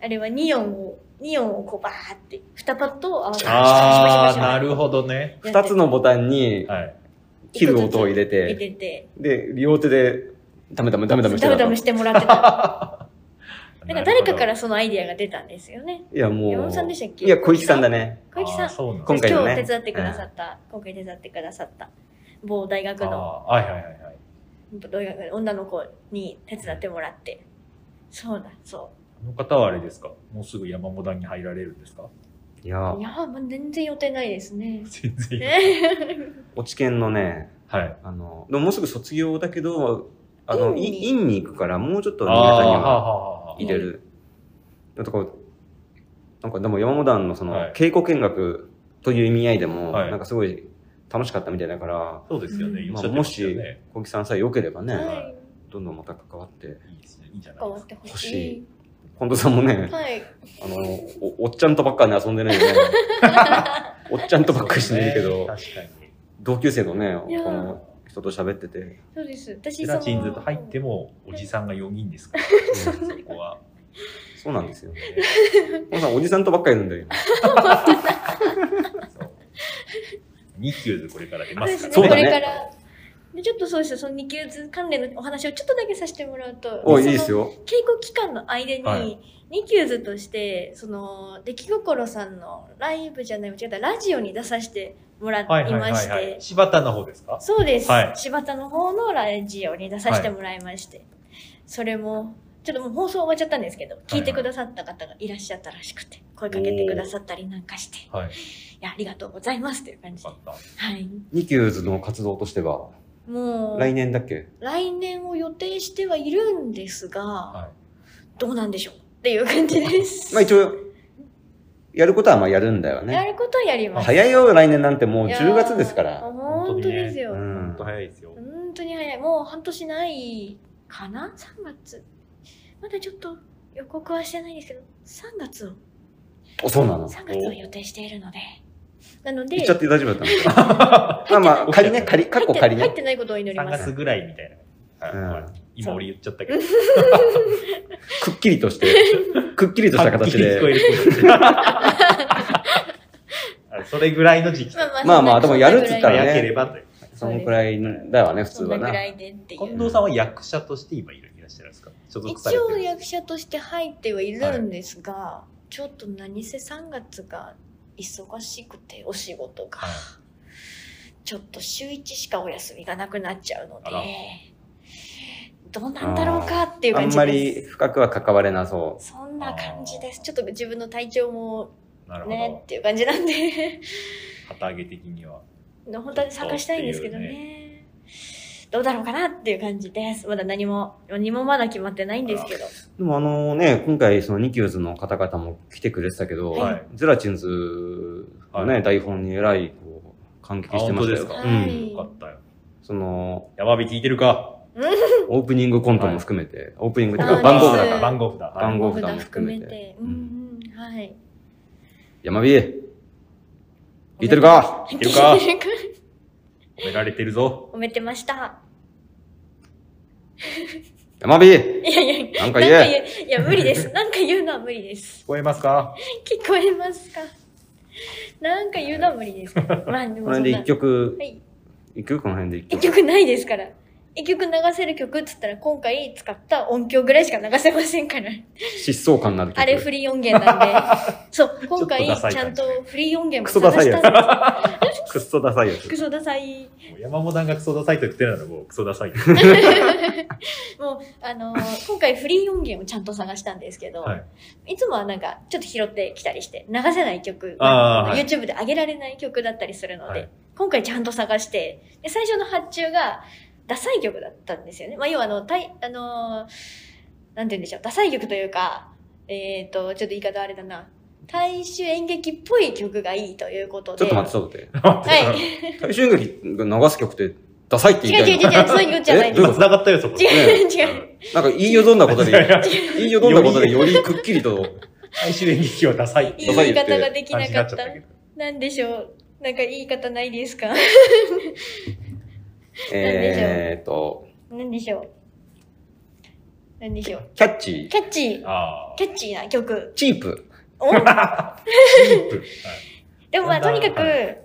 あれはニオンを、ニオンをこうバーって、二パッドを合わせて、
あ
<laughs>
ー、な
や
るほどね。
って
二つのボタンに
<laughs>
はい。、
切る音を入れ
入れ
て、
て、
で、両手で、ダメダメダメダメして
ダ
た
ム
と
ダムしてもらってた。なんか誰かかららそのアイディアが出たんですよね。
いや、もう。
山本さんでしたっけ
いや、小池さんだ。ね。
小池さ
あー
ん。
そうなんだ
今回のね
今日手伝ってくださった、今回手伝ってくださった、某大学の
あーはいはいはいはい。
大学女の子に手伝ってもらって。そうだ、そ
あの方はあれですかもうすぐ山本に入られるんですか。
いや
う。い、や、もう全然予定ないですね
全然いい。
落ち研のね、
はい。
あの、でももうすぐ卒業だけど、あ
院
の、
に
い院に行くから、もうちょっと
あー
新潟に
はあ
は
はあはあ
入れる。だとか、なんかでも山本団のその
はい、
稽古見学という意味合いでも、
はい
なんかすごい楽しかったみたいだから、
そうですよね。
うん
おっし
ま
ゃっ
あ、
て
も
ましたよ
し
ね。、
小木さんさえ良ければね、
はい。
どんどんまた関わって、
いいですね。いいじゃない
変
で
わ
す
っ
か。
てほ
欲
し
し
い
い。近藤さんもね、
はい。
あの、おおっちゃんとばっかね、遊んでないよね。おっちゃんとばっかりしてないけ
確
ど、
かに。
同級生のね、
いやー
この人と喋ってて、
そうです。私、
ゼ
その
ラチンズと入っても、おじさんが4人で
<laughs>
すから、そこは。
そうなんですよ。おさん、おじさんとばっかりいるんだよ。
そう2級でこれから出ますから
そうですね
そうだね
これから。でちょっとそうですよ、その二級図関連のお話をちょっとだけさせてもらうと。
お、い
でその
いですよ。
稽古期間の間
は
に、二級図として、その、出来心さんのライブじゃない、間違った、ラジオに出させてもら
はい
い
はい
ま
は
し
い、はい。
て。
柴田の方ですか
そうです、
はい
柴田の方のラジオに出させてもらいまして。それも、ちょっともう放送終わっちゃったんですけど、聞いてくださった方がいらっしゃったらしくて、声かけてくださったりなんかして、い
はい。
や、ありがとうございますっていう感じで
よ。かっ
はい。
ニキューズの活動としては、
もう、
来年だっけ
来年を予定してはいるんですが、
た。はい。
どうなんでしょうっていう感じです。
まあ一応、やることはまあやるんだよ
や
ね。
ることはやります。
早いよ、来年なんてもう
いや
10月ですから。
本当ですよ。
う
本
ほん
ん
と。早いですよ
当,、。に早い。もう半年ないかな ?3 月。まだちょっと予告はしてないですけど、3月を、
お、そうなの。
3月を予定しているので。なので、
言っちゃって大丈夫だっ
<laughs>
たのまあまあ、仮ね、仮、過
入
去
って
仮
入
ね
っ。てないことを祈り
3
ます。
月ぐらいみたいな。はい
うん
今俺言っちゃったけど。
くっきり
<laughs>
として、くっきりとした
<laughs>
形
はっきり聞こえ
で。
る声ですそれぐらいの時期。
まあ
まあまあでもやるっつったらね
早ければという。
そのくらいだよね、普通
そんな
は
ぐら
ね。
いでっていう。
近藤さんは役者として今いらっしゃるんですか所属され
一
てる
応役者として入ってはいるんですが、ちょっと何せ3月が忙しくてお仕事が、
はい
ちょっと週1しかお休みがなくなっちゃうので
あら
どうなんだろうかっていう
あ
感
ん
じ
まり
です。
深くは関われなそ
そんな感じです。ちょっと自分の体調も
なるほ
ね
ど
っ。ていう感じなんで、 <laughs>
旗揚げ的には。
の本当に探したいんですけど
そうって
ね。どうだろうかなっていう感じです。まだ何も、何もまだ決まってないんですけど。
う。でもあのね、今回そのニキューズの方々も来てくれてたけど、
はい
ゼラチンズのね、
はい
台本にえらいこう感激してま
あ本。
したよ
当ですか
うん
はい
よかったよ。
その、
山火聞いてるか
オープニングコントも含めて、オープニングっていう
あ
か
ー
番号だ
で
か
す
ら、
番号札。はい
番号
も
札も含めて
うんうん、はい。
山火、聞いてるか
聞いてる
<laughs>
か
聞いてるか
褒められてるぞ。
褒めてました。
山火
いやいや、
なんか言え
なんいや、無理です。なんか言うのは無理です。
聞こえますか
聞こえますかなんか言うのは無理ですけど。まあ、でも
こ
そん
の辺で
な
一。曲
は、い。
一曲この辺で一
一
曲。
曲ないですから。一曲流せる曲っつったら今回使った音響ぐらいしか流せませんから。
疾走感のある曲。
あれフリー音源なんで。そう、今回
ちょっとダサい
ちゃんとフリー音源
ク
も
ソダ
探
サい
し
や
たんで
つ。クソダサいや
す。
つ。
クソダサい。
もう山本さんがクソダサいと言ってるならもうクソダサい。
もう、あのー今回フリー音源をちゃんと探したんですけど、、
はい
つもはなんかちょっと拾ってきたりして、流せない曲、
あーはい
YouTube で上げられない曲だったりするので、
はい
今回ちゃんと探して、で最初の発注がダサい曲だったんですよね。まあ、要はあの、たいあのーなんて言うんでしょう、ダサい曲というか、えっ、と、ちょっと言い方あれだな、大衆演劇っぽい曲がいいということで。
ちょっと待って、ちょっと待っ
はい。
て。大衆演劇が流す曲ってダサいって言
違
い
違う
うたい
違う
の
違う、そういうことじゃない
え
で
ど
す
う。
今繋がったよ、そこ。
違う違う。
<laughs> なんか言いよどんなこと
<laughs>
いやい
で、
や
言いよどんなことでよりくっきりと、
<laughs> 最終演劇はダサいって
い
い
いう言い方ができ
感
な
じにな
か
っ
っ。
ちゃったたけど。
なんでしょう。なんか言い方ないですか
えーっと、
なんでしょう。なんでしょう。
キャッチ
キャッチー。
ああ。
キャッチーな曲
ー、。チープ。 <laughs>
お
キープはい
でもまあとにかく、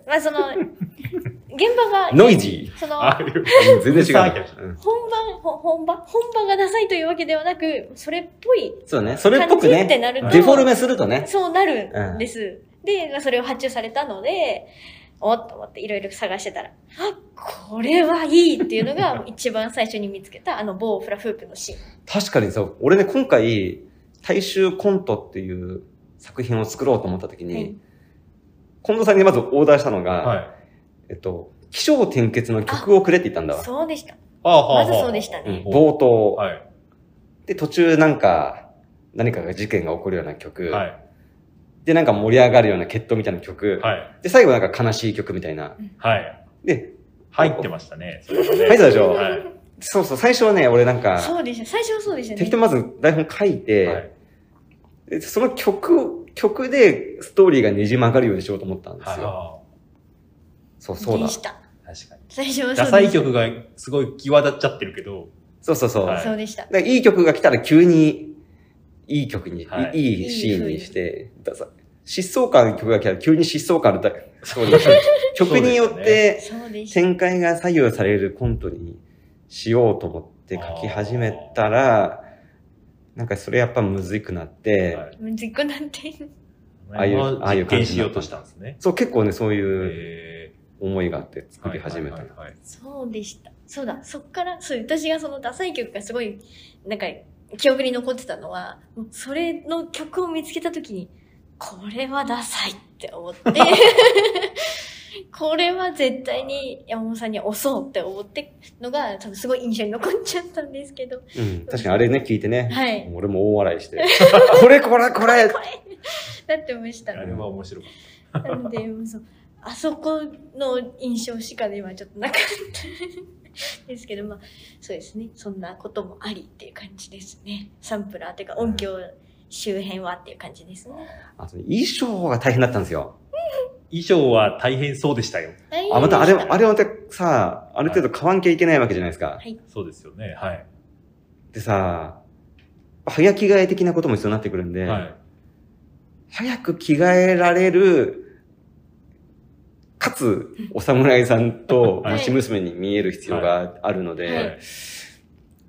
まあその、現場
<laughs>
が、
ノイジ
その、
ああいう。
ー。うん全然違うな。うん
本番、ほ本番、本番がダサいというわけではなく、それっぽい
そうね、それっぽ
感
く
じって
ね、
なると、
デフォルメするとね、
そうなるんです。で、まあ、それを発注されたので、おっと思っていろいろ探してたら、あ、これはいいっていうの
<laughs>
が一番最初に見つけたあの某フラフープのシーン。
確かにさ、俺ね、今回、大衆コントっていう作品を作ろうと思った時に、
はい
近藤さんにまずオーダーしたのが、
はい。
えっと、起承転結の曲をくれって言ったんだわ。
そうでした。
ああ、はあ。
まずそうでした
うん
ね。
冒頭、
はい。
で、途中なんか、何かが事件が起こるような曲、
はい。
で、なんか盛り上がるような決闘みたいな曲、
はい。
で、最後なんか悲しい曲みたいな。
はい。
で、
入ってましたね。それがね
入ってたでしょ
はい。
そうそう、最初はね、俺なんか、
そうでした。最初はそうでしたね。
適当にまず台本書いて、
はい
でその曲、曲でストーリーがねじ曲がるようにしようと思ったんですよ。
あ
そう、そうだ
で。した。
あ。確かに。
最初はそうでした。
ダサい曲がすごい際立っちゃってるけど、
そうそうそう。
はい
そうでした。
でいい曲が来たら急に、いい曲に、
はい
い、いいシーンにして、ださ疾走感の曲が来たら急に疾走感あるだ曲によって
そうでした。
展開が左右されるコントにしようと思って書き始めたら、なんかそれやっぱむずいくなって、
はい
むずくなって。
ああいう
の
ああいう
実験
感じ
し
にな
よ
っ
う
た
としたんですね。
そう結構ね、そういう
え
思いがあって
ー
作り始めた。
はいはいはい
そうでした。そうだ。そっから、そう、私がそのダサい曲がすごい、なんか、記憶に残ってたのは、もうそれの曲を見つけたときに、これはダサいって
<laughs>
思って、これは絶対に山本さんに押そうって思ってのが、多分すごい印象に残っちゃったんですけど、
うん、確かにあれね、聞いてね、
はい。
俺も大笑い <laughs> して、これこれこれ
なってました。
あれは面白かっ
なんで、もうそう、あそこの印象しかね、今ちょっとなかったですけど、まあ、そうですね。そんなこともありっていう感じですね。サンプラーっていうか音響周辺はっていう感じですね。
あとね衣装が大変だったんですよ。
た。衣装は大変そうでしたよ。
はい
あ、またあれ、
は
あれはまたさ、ある程度買わんきゃいけないわけじゃないですか
い。
そうですよね。はい。
でさ、早着替え的なことも必要になってくるんで、
はい。
早く着替えられる、かつ、お侍さんと
はい
町娘に見える必要があるので、
はい
はい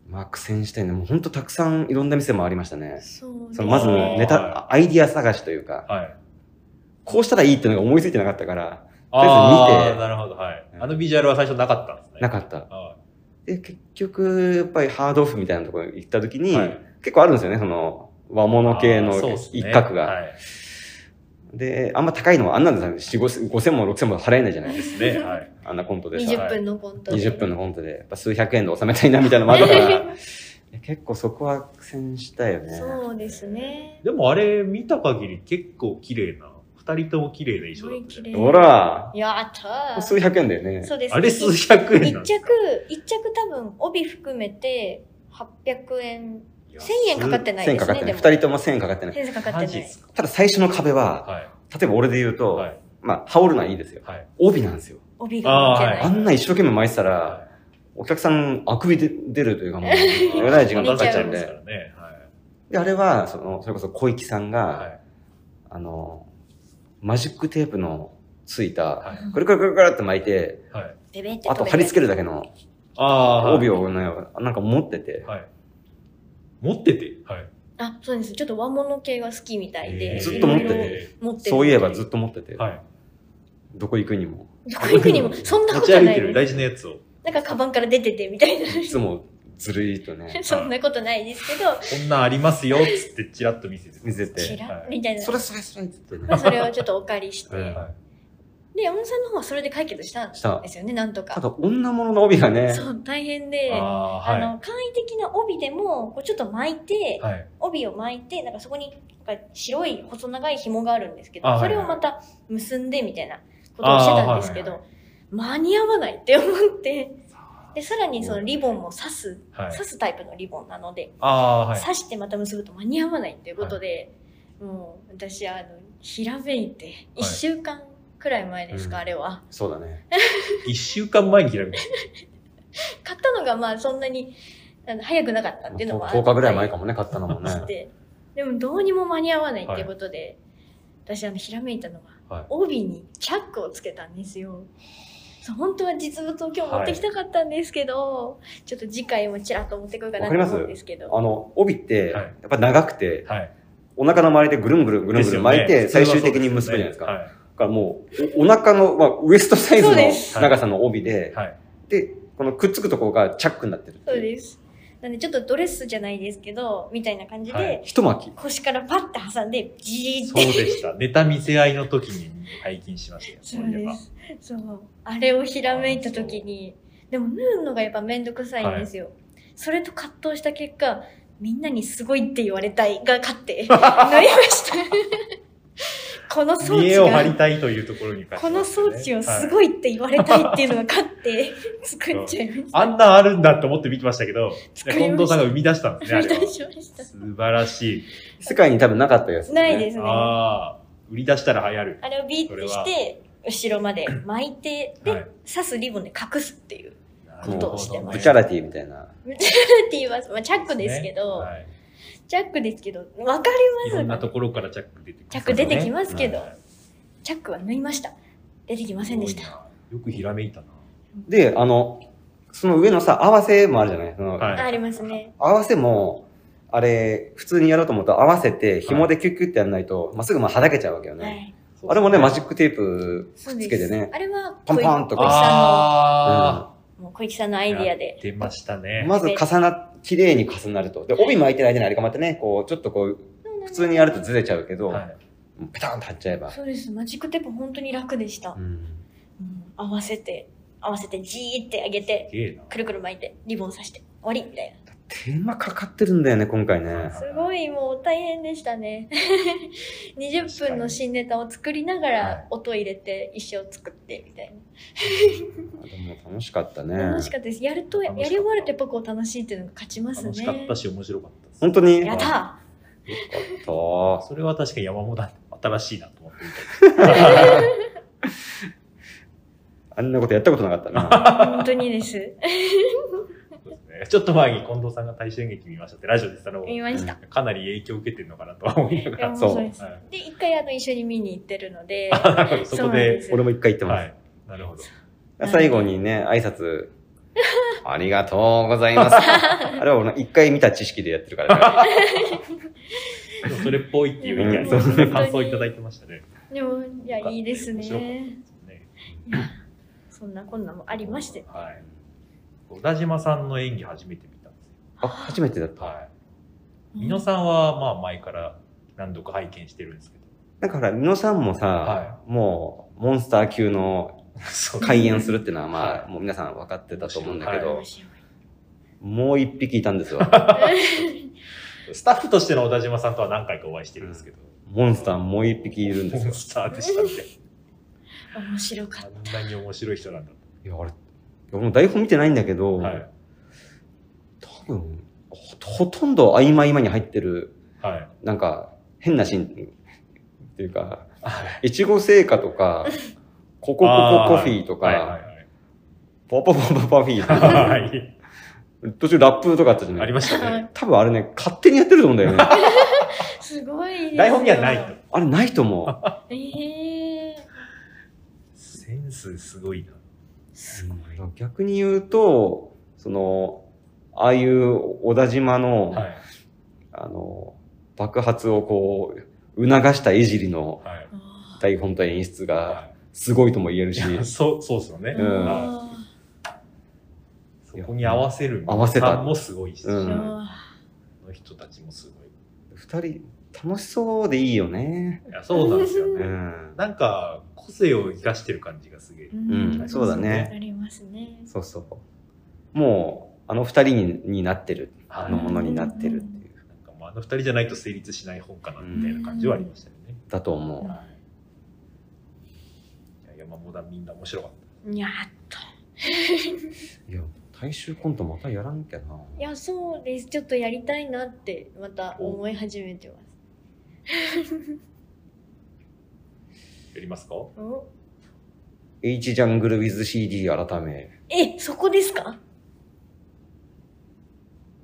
まあ苦戦したいね。もうほんとたくさんいろんな店回りましたね。
そうです
そのまず
ね
ネタ、アイディア探しというか、
はい。
こうしたらいいっていうのが思いついてなかったから、り
あ
あえず見て
あー、なるほど。はい。あのビジュアルは最初なかったんですね。
な
か
かった。
は
で、結局、やっぱりハードオフみたいなところに行った時
い。
に、
はい
結構あるんですよね、その、和物系の
あーそうっすね
一角が。
はい。
で、あんま高いのはあんなんですよ。4、5 5000も6000も払えないじゃない
ですね。はい。
あんなコントでさ。
20分のコントで。
20分のコントで、やっぱ数百円で収めたいなみたいなのもあった
<laughs>
から、いや結構そこは苦戦したよね。
そうですね。
でもあれ見た限り結構綺麗な、二人とも綺麗な衣装だったじゃな
すごい綺
い
麗
ほら、
やったー
数百円だよね。
そうです
あれ数百円な
一
ん
着、一着多分帯含めて800円、1000円かかってな
な
い
1000
で
か
す
かっ
ね。で
てない。
も
2人とも1000円かかってない。
1000円かかっ
マ
て
ジ
な
っ
い。
すか
ただ最初の壁は、
はい。
例えば俺で言うと、
はい。
まあ、羽織るのはいいですよ。
はい。
帯なんですよ。
帯が抜けない。
ー
あんな一生懸命巻いてたら、
は
お客さん、あくびで出るというか、も
<laughs>
う、えらい時間かかっちゃうん
出ちゃいます
で。
からね。はい。
で、あれは、その、それこそ小池さんが、
はい。
あの、マジックテープのついた、
はい
うん
くるくるくるくるって巻いて、
はい。
ベベって
あと貼り付けるだけの
あー
帯をねなんか持ってて、
はい。持ってて。はい。
あ、そうです。ちょっと和物系が好きみたい
え
で。
ー
ずっと持ってて
いろいろ持ってる
そういえばずっと持ってて、
はい。
どこ行くにも、
どこ行くにも、そんな
持
こと
ち
な
歩い
い
て
で
る
す。
大事なやつを。
なんかカバンから出ててみたいな。
いつもずるいと
<laughs>
ね、
そんなことないですけど、
こんなんありますよ、つってチラッと見せて。
見せ
ち
て、
ら
はい
みたいな。
それそれそれって言って
まあ <laughs>
ね、
それをちょっとお借りして。
うん
は
で、山本さんの方はそれで解決したん
した
で。すよね、なんとか
た。だ、女物の帯がね、
そう、大変
い。
で。
あ
あ
あー、
の、簡易的な帯でも、こうちょっと巻いて、
はい。はい。
帯を巻いて、なんかそこに、なんか白い細長い紐があるんですけ
あは
ど、
い
それをまた結んでみたいなことをしてたんですけ
あは
ど
い、
間に合わないって思って、で、さらにそのリボンも刺す、
はい。
刺すタイプのリボンなので、
ああ、はい。
刺してまた結ぶと間に合わないっていうことで、もう私、あの、ひらめいて、1週間くらい前ですか、
うん
あれは。
そうだね。
一週間前に開く。
買ったのがまあそんなに、あの早くなかったっていうのは。
10日ぐらい前かもね、買ったのもね。
してでもどうにも間に合わないっていうことで、私あのひらめいたのは、
はい
帯にチャックをつけたんですよそう本当は実物を今日持ってきたかったんですけど、ちょっと次回もちらっと持ってこようかな
わ
と
かります
思うんですけど
あの、帯って、
はい
やっぱ長くて、
はい。
お腹の周りでぐるんぐるんぐるんぐるん巻いて、
ですよね
最終的に結ぶじゃないですか。
は
だからもう、おお腹の、まあ、ウエストサイズ
そ
の
うです
長さの帯で、
はい。
で、このくっつくところがチャックになってるって
そう
いう。
ですなんでちょっとドレスじゃないですけどみたいな感じで、
はい
一巻き。
腰からパッて挟んでじーっ
そう
て
でした。ネタ見せ合いの時に拝見しましたよ。
そう
いえば
で。す。そう。あれをひらめいたときに、でも縫うのがやっぱめんどくさいんですよ。それと葛藤した結果、みんなにすごいって言われたいが勝
<laughs>
って、縫いました。この装
見
置
栄を張り
が、
たいというところに関して
この
はですね
装置をす
はい
ごいって言われたいっていうのが勝って、作っちゃいました。
あんなんあるんだって思って見てましたけど、
作りました
近藤さんが生み出したんですね、あ
失
れ
礼
は。
しました。
素晴らし
世界に多分なかったや
<laughs>
つ、
ないです
い。
ね。あ
ああ、売り出したら流行る。
れをビーって
そ
し
れ
て、後ろまで巻いて、で、
はい
刺すリボンで隠すっていう。 <laughs>
も
ことをして
う、
ま
ブ
す
チャラティみたいな。
って言います。まあ、チャックですけど、
はい
チャックですけど、わか
い
り
ろん
ま
な
す
ところからチャック出てきます
チャック出てきますけど、
はい
チャックは縫いました。出てきませんでした。
よくひらめいたな。
で、あの、その上のさ、合わせもあるじゃないその、
はい
あありますね。
合わせも、あれ、普通にやろうと思ったら合わせて、紐でキュッキュッってやんないと、まあ、すぐまあ、はだけちゃうわけよ
は
ね。
い。
あれもね、マ
ジ
ジックテープ
そうです。
つけてね
あれは
パン
小
パンとか
小池さ
あ
んの、もう小池さんのアイディアで。
出ましたね。
まず重な、綺麗に重なると。で、帯巻いてない間にあれがまたね、こう、ちょっとこう、普通にやるとずれちゃうけど、
はい
ペタンと貼っちゃえば。
そうです。マジックテープ本当に楽でした。
うん
うん合わせて、合わせて、じーって上げて、
すげえな。
くるくる巻いて、リボン刺して、終わりみたいな。
手間かかってるんだよね、今回ね。
すごいもう大変でしたね。20分の新ネタを作りなが
はい
ら、音入れて、一生作って、みたいな。
でも楽しかったね。
楽しかったです。やると、や
楽しかった
り終わるとやっぱこう楽しいっていうのが勝ちますね。
楽しかったし、面白かったです。
本当に
やった
よか
<laughs>
ー
っ
それは確かに山本だ。新しいなと思って見
た。あんなことやったことなかっ
<laughs>
たな。
本当にです。 <laughs>
たそうですね。ちょっと前に近藤さんが大衆演劇見ましたってラジオで言ってたのを
見ました。
かなり影響を受けてるのかなとは思いなが
いやもう
ら。
そう
そうです
はい
で、一回あの一緒に見に行ってるので、
あなるほど
<laughs>
そ
そう
こ
なんで
で。
す。
俺も一回行ってま
は
す。
い。なるほど。
最後にね、挨拶、ありがとうござい
<laughs>
ます。あれは俺の一回見た知識でやってるからね。
でもそれっぽいっていう意見、
うん
そう感想をいただいてましたね。
でも、いや、いいです
面白かっ
ね。
ね
そんなこんなもありまして。
はい。小田島さんの演技初めて見たんですよ。
あ、初めてだった。
はい。美濃さんは、まあ前から何度か拝見してるんですけど。
だから、美濃さんもさ、
は
もう、モンスター級の
そう
開演するっていうのは、ま
は
あ、もう皆さん分かってたと思うんだけど、
面白い
もう一匹いたんですよ。
スタッフとしての小田島さんとは何回かお会いしてるんですけど、
モンスターもう一匹いるんです
モン
よ。
スターでしたね。
面白か
あ
っ
んなに面白い人なんだと。
いや、あれ、俺も台本見てないんだけど、
はい。
多分ほ、ほとんど合間合間に入ってる、
はい。
なんか、変なシーンっていうか、
はい
いちご製菓とか、コココココフィーと
はいは
か、ポポポポパフィ
い <laughs>
ー
はい。はい。
途中ラップとかあったじゃな
あり
い
ましたね。
た。
多分あれね、勝手にやってると思うんだ
<laughs>
よね。
すごいですよ
台本にはないと。。
あれないと思う。
ええ
センスすごいな。
すごい。
逆に言うと、その、ああいう小田島の、
はい。
あの、爆発をこう、促したいじりの
はい。
あー
台本と演出が
は
すごいとも言える
い
し、
や <laughs> そう、そうですよね。
う
うん
はい
ん
そこに合わせる。
合わせた
もすごいし、
うん
の
あ
人たちもすごい。い
二人楽しそうでいいよね。
や、そうなんですよ
う
ね。
ん。
なんか、個性を生かしてる感じがすげえ
ー。
うんそうだね
ありますね。
そうそう。もう、あの二人にになってる、
は
あ
い
のものになってるっていう、
なんかもうあの二人じゃないと成立しない本かなみたいな感じはありましたよね。
だと思う。
はいいや、山本はみんな面白かっ
にゃーっと。
いや、大衆コントまたやらなきゃな。
いや、そうです。ちょっとやりたいなって、また思い始めてます。
た。やりますか
お
H ジャングル WithCD 改め。
え、そこですか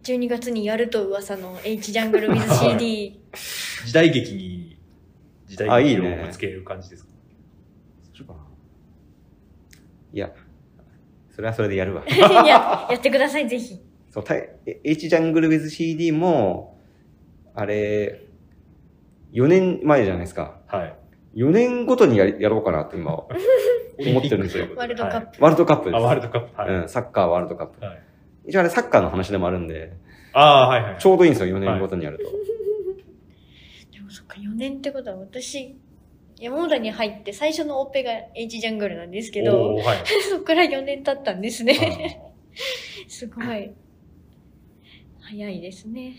?12 月にやると噂の H ジャングル WithCD。
時代劇に、時代劇をぶつける感じですか
そうかいや、それはそれでやるわ。
<laughs> いや、やってください、ぜひ。
そう、たい H ジャングル WithCD も、あれ、4年前じゃないですか。
はい。
4年ごとにやりやろうかなって今、ワ
オ
思ってるん
リンピック
で
<laughs>
す
と
よ
いうことで
ワールドカップ。
ールドカッ
は
プ
い
で
あ、
す。
ワールドカップ。はい。
うん、サッカーワールドカップ。
はい
一応あれサッカーの話でもあるんで、
ああ、はいはい。
ちょうどいいんですよ、4年ごとにやると。
でもそっか、4年ってことは私、山本に入って最初のオペが H ジャングルなんですけど、
おー、はい。
<laughs> そっから4年経ったんですね。 <laughs> すごい。早いですね。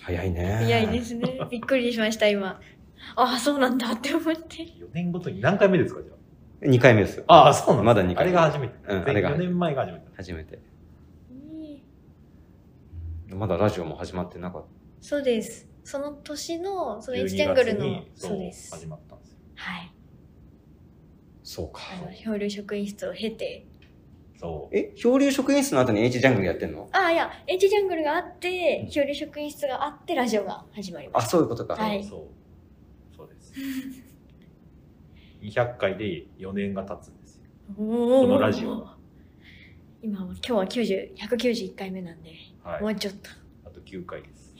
早いね。
早いで。すね。びっくりしました、今。ああ、そうなんだって思 <laughs> って。
4年ごとに何回目ですかじゃ
2回目ですよ。
あ。ああ、そうなん
まだ2
あ
回
れ
目。
が初めて。
うんあれが
4年前が初めて。
初め
い
て。
い
まだラジオも始まってなかっ
そうです。その年の、その H
12
ジャングルの
月、に
そうです。
始まったんですよ。
はい。
た。そうか
あの、漂流職員室を経て、
そう。
え、漂流職員室の後に H ジャングルやってんの
ああ、いや、H ジャングルがあって、漂流職員室があって、ラジオが始まりま
あ、
し
そういうことか。
はい
そう。そうです。200回で4年が経つんですよ。
た。こ
このラジオ。
今は、今日は90、191回目なんで、も
は
う
い。
ちょっと。
あと9回です。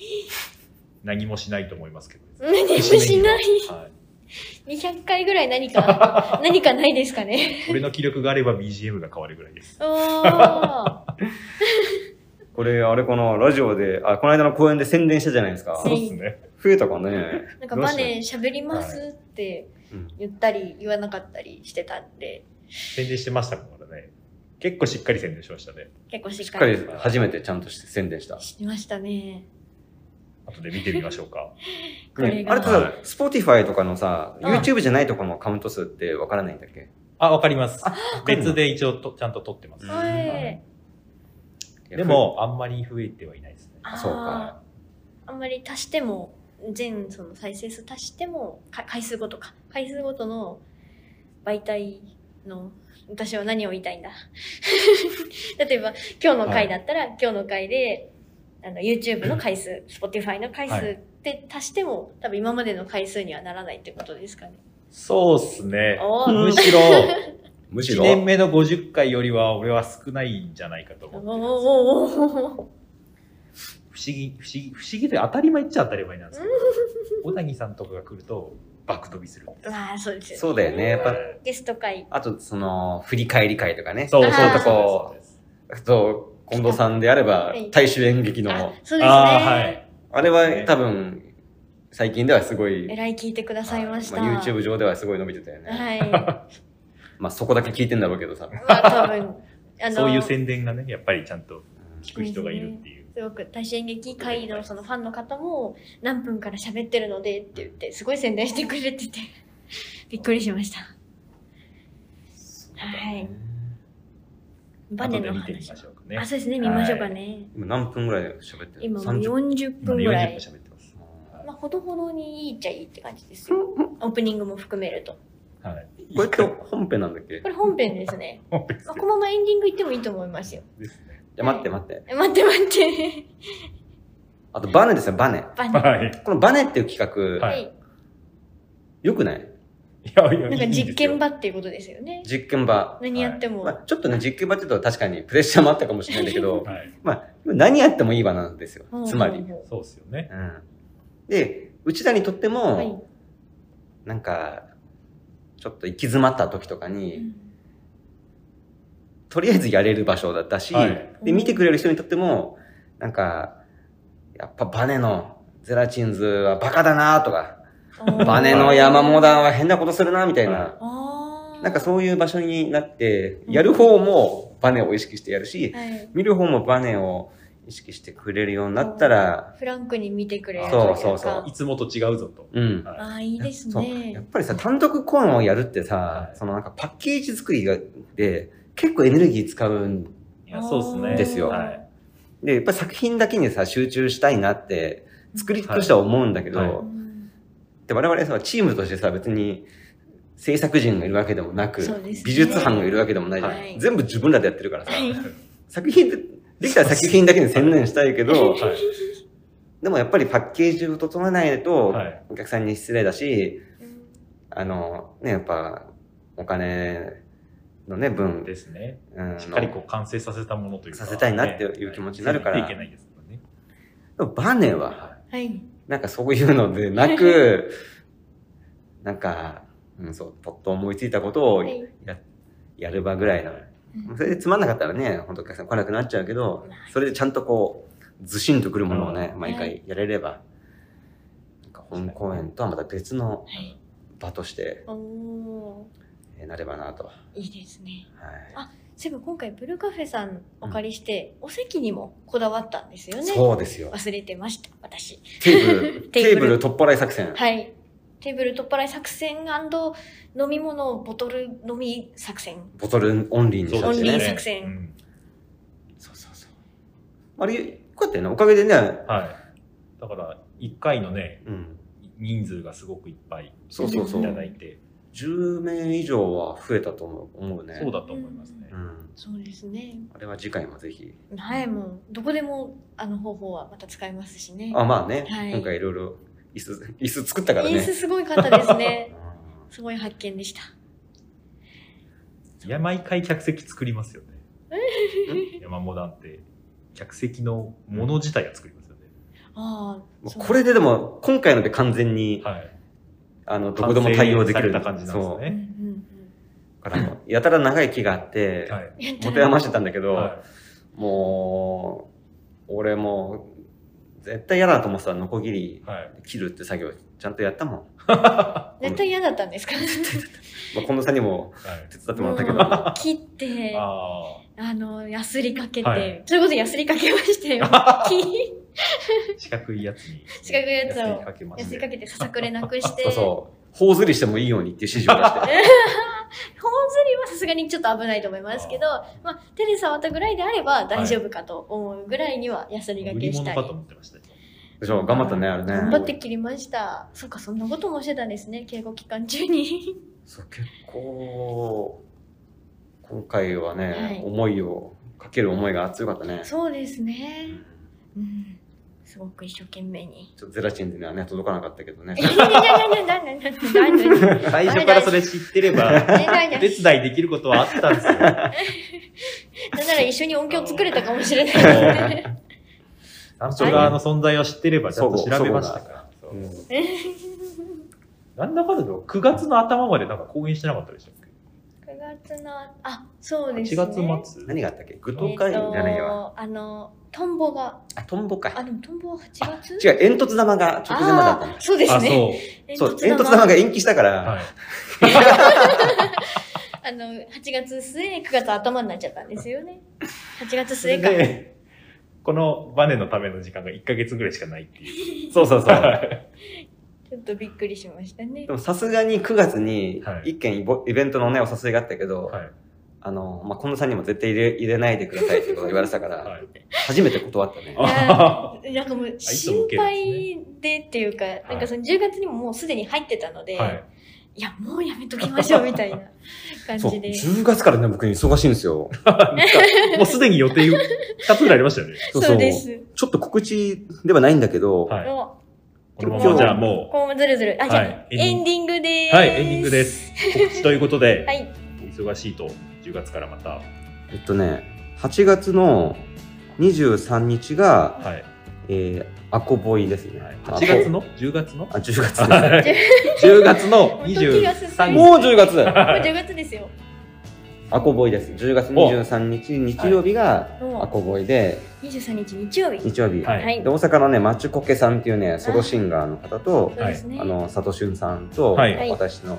何もしないと思いますけど。
何もしない。 <laughs>
はい。
200回ぐらい何か、何かないですかね。
俺の気力があれば BGM が変わるぐらいです。
おー。
これ、あれかな、ラジオで、あ、この間の公演で宣伝したじゃないですか。
そうですね。
増えたかね。
なんかバネ喋りますって
うん
言ったり言わなかったりしてたんで、
宣伝してましたからね。結構しっかり宣伝しましたね。
結構しっ
しっ
か
か
り
り初めてちゃんとして宣伝した。
してましたね。
後で見てみましょうか。
これが
あれってさ
はい、
Spotify とかのさ、
うん
YouTube じゃないとこのカウント数ってわからないんだっけ
あ、わかります。
かるの
別で一応とちゃんと撮ってます。
うん
は
はい
い。
で、も、あんまり増えてはいないですね。
あー
そうか。
は
あんまり足しても、全その再生数足しても、か回数ごとか。回数ごとの媒体の、私は何を言いたいんだ。例えば、今日の回だったら、今日の回で、あの、YouTube の回数、Spotify の回数って足しても、多分今までの回数にはならないってことですかね。
いそうっすね。
おー <laughs>
むしろ、
むし
1
ろ、
年目の50回よりは俺は少ないんじゃないかと
お
思
ー
う。
おー
不思議、不思議、不思議で当たり前っちゃ当たり前なんです
<laughs>
けど、小谷さんとかが来ると、爆飛びするんです。
まあそうですよ、ね、
そうだよね。やっぱ、
ゲスト会
あと、その、振り返り会とかね。
そう、そう
あー
そうそうです。
そう、近藤さんであれば
はい、
大衆演劇
あ
の、
そうですね、
ああ、はい。
あれは多分、最近ではすごい、
えらい聞いてくださいました、
まあ YouTube 上ではすごい伸びてたよ
<laughs>
ね。
はいま
まあ、そこだけ聞いてんだろうけどさ。
あ多分あの
そういう宣伝がね、やっぱりちゃんと聞く人がいるっていう。
すごく大衆演劇会のそのファンの方も何分から喋ってるのでって言ってすごい宣伝してくれて <laughs> てびっくりしましたはいバネ
後で
の
見てみ
話
ましょうか
あ
ね。
そうですね見ましょうかね、
今何分ぐらい喋ってる
今もう
30
40
今
分ぐらい
40分喋ってます。
まあほどほどにいいっちゃいいって感じですよオープニングも含めると
はい。
これ今日本編なんだっけ
これ本編ですね、
<laughs> 本編
まあ、このままエンディングいってもいいと思いますよ
ですね。
いや待って待って。
え待って待
<laughs>
って
あとバネですよ、バネ。
バネ
はい。
このバネっていう企画、
はい
はい。
よくない
いやいや、
<laughs> なんか
いいですよ
実験場っていうことですよね。
実験場。
何やっても。
まあ、ちょっとね、実験場って言うと確かにプレッシャーもあったかもしれないんだけど、
はい。
まあ、何やってもいい場なんですよ
うん。
つま
う
り。
ん
そうですよね。
うん。で、内田にとっても、
はい。
なんか、ちょっと行き詰まった時とかに、とりあえずやれる場所だったし、
はい
で、見てくれる人にとっても、なんか、やっぱバネのゼラチンズはバカだなとか、バネの山モダンは変なことするなみたいな、
あー
なんかそういう場所になって、
うん
やる方もバネを意識してやるし、
はい。
見る方もバネを意識してくれるようになったら、
フランクに見てくれる
そうそうそう
といか
いつもと違うぞと。
うん。
はい
ああ、いいです
そうや
ね
っ。ぱりさ、単独公演をやるってさ、
はい
そのなんかパッケージ作りがで、結構エネルギー使うん
いや、そうですね。
ですよ
はい。
で、やっぱ作品だけにさ、集中したいなって、作り手としては思うんだけど、
はいは
うん
で我々さ、チームとしてさ、別に制作人がいるわけでもなく、
そうですね
美術班がいるわけでもないじゃん、
はい
全部自分らでやってるからさ、
はい
作品で、できたら作品だけに専念したい
<laughs>
けど、
はい。
でもやっぱりパッケージを整えないと
は、い。
お客さんに失礼だし、
うん
あの、ね、やっぱ、お金のね、分、
ですね。
うん
しっかりこう完成させたものというか。
させたいなっていう気持ちになるから
はいいけないですよね。
でもバネは、
はい。
なんかそういうのでなく、なんか、うん、そう、ポッと思いついたことを
はい
やる場ぐらいの。
うん
それでつまんなかったらね、本当お客さん来なくなっちゃうけど、それでちゃんとこう、ずしんとくるものをね、
う
毎回やれれば、なんか本公演とはまた別の
はい
場として
おお
えーなればなと。はい
いですね。そういえば今回ブルーカフェさんお借りして、お席にもこだわったんですよ
い。
ね。
そうですよ。
忘れてました、私。
テー
テーブ
ブル、
ル
テーブル取っ払い作戦。
はい。テーブル取っ払い作戦飲み物ボトル飲み作戦。
ボトルオンリーにし
そ
た
う
っ
で
て
す
オンリー
ね。
ね。
作戦
うん
そうそうそう。あれ、よかったよね。おかげでね、
はい。だから、一回のね、
うん。
人数がすごくいっぱい
そうそうそ
いうた。だいて、
10名以上は増えたと思う思うね。
そうだと思いますね
う。ん。
そうですね。
あれは次回もぜひ。
はい、もう、どこでも、あの方法はまた使えますしね。
あ、まあね、
はい
今回いろいろ椅子、椅子作ったから
演出
ね。
すごい方です
う
ね <laughs>
ん。
すごい発見でした。
いや、毎回客席作りますよね。山モダンって、客席のもの自体が作りますよね。
ああ、
もう
そう
これででも、今回ので完全に、
はい。
あの、どこでも対応できる。
完成された感じなんです
うんう
ね。
ん
そう。だからもうやたら長い木があって、
はい。
うん。
持て余してたんだけど、
は
もう、俺もう、絶対嫌だと思ってたノコギリ
い。はい。
切るって作業、ちゃんとやったもん。
絶対嫌だったんですか
まあ、近藤さんにも
はい
手伝ってもらったけど、
もう <laughs> 切って、あ
あ
の、ヤスリかけて、
はい
それこそヤスリかけました
<laughs>
よ。木
あ、四角いやつに。
四角いやつを
ヤスリかけま
ヤ
す
ス
ね
リかけてささくれなくして、
そうそう、頬ずりしてもいいようにっていう指示
<laughs>
を出して。
本釣りはさすがにちょっと危ないと思いますけど、
あ
まあ、手で触ったぐらいであれば大丈夫かと思うぐらいにはヤスリが
売
け
り
し
物
た
か
い。
と思ってましたよ。
でしょ頑張ったね、あれね。
頑張って切りました。そっか、そんなこともしてたんですね、敬語期間中に。
そう、結構、今回はね、
はい
思いを、かける思いが強かったね。
そうですね
う。ん
うん。すごく一生懸命に。
ちょっとゼラチンにはね、届かなかったけどね
え。何
最初からそれ知ってれ <laughs> ば、お手伝いできることはあったんですよ。
なんなら一緒に音響作れたかもしれないですね。
担当側の存在を知ってれば、ちゃんと調べましたから。そう
うん
なんだかんだで9月の頭までなんか公演してなかったでしたっけ
9月の、あ、そうです
?8
ね。
月末
<laughs> 何があったっけグッド
えっ
会じゃないわ。
と、あの、トンボが、
あ、トンボ
あ、
か。
でもトンボは8月
違う、煙突玉が直前まであったん
あ
だ
ー。そうです
あ、
ね。
そう。
そう、煙突玉が延期したから、
はい。
あの、8月末、9月頭になっちゃったんですよね。8月
それ
末か。
で、このバネのための時間が1ヶ月ぐらいしかないっていう。
そうそうそ
は
う。
い
ちょっとびっくりしましたね
で。もさすがに9月に
は、い
一件イボイベントのね、お誘いがあったけど、あの、まあ、近藤さんにも絶対入れ入れないでくださいってことを言われてたから、
はい。
初めて断ったね。
い
あ
やなんかもう
つ
心
も受ける
配でっていうか、なんかその10月にももうすでに入ってたので、
はいい、。
や、もうやめときましょうみたいな感
<laughs> そう、
じで。
10月からね、僕忙しいんですよ。
もうすでに予定2つぐらいありましたよね。
<laughs> そうです。
ちょっと告知ではないんだけど、
はい。
も
ここのままじゃあも
こうずるずる。あ、じゃあ、
はい
エンディングでー
う、
す。
はい、エンディングで。す。告知ということで、
はい。
忙しいと、10月からまた、は
えっとね、8月の23日が、
い。
えー、アコボイですね。
8月の ?10 月の
あ、10月ですね。
?10 月の
時が進
23
む
日。
もう10月
もう10月ですよ。
<laughs> アコボイです。10月23日日曜日が
はい
アコボイで、
23日日曜日。
日曜日。
はい
はい
で、。大阪のね、マチュコケさんっていうね、ソロシンガーの方と
そう、ですね
あ。の、佐藤俊さんと、
はい
私の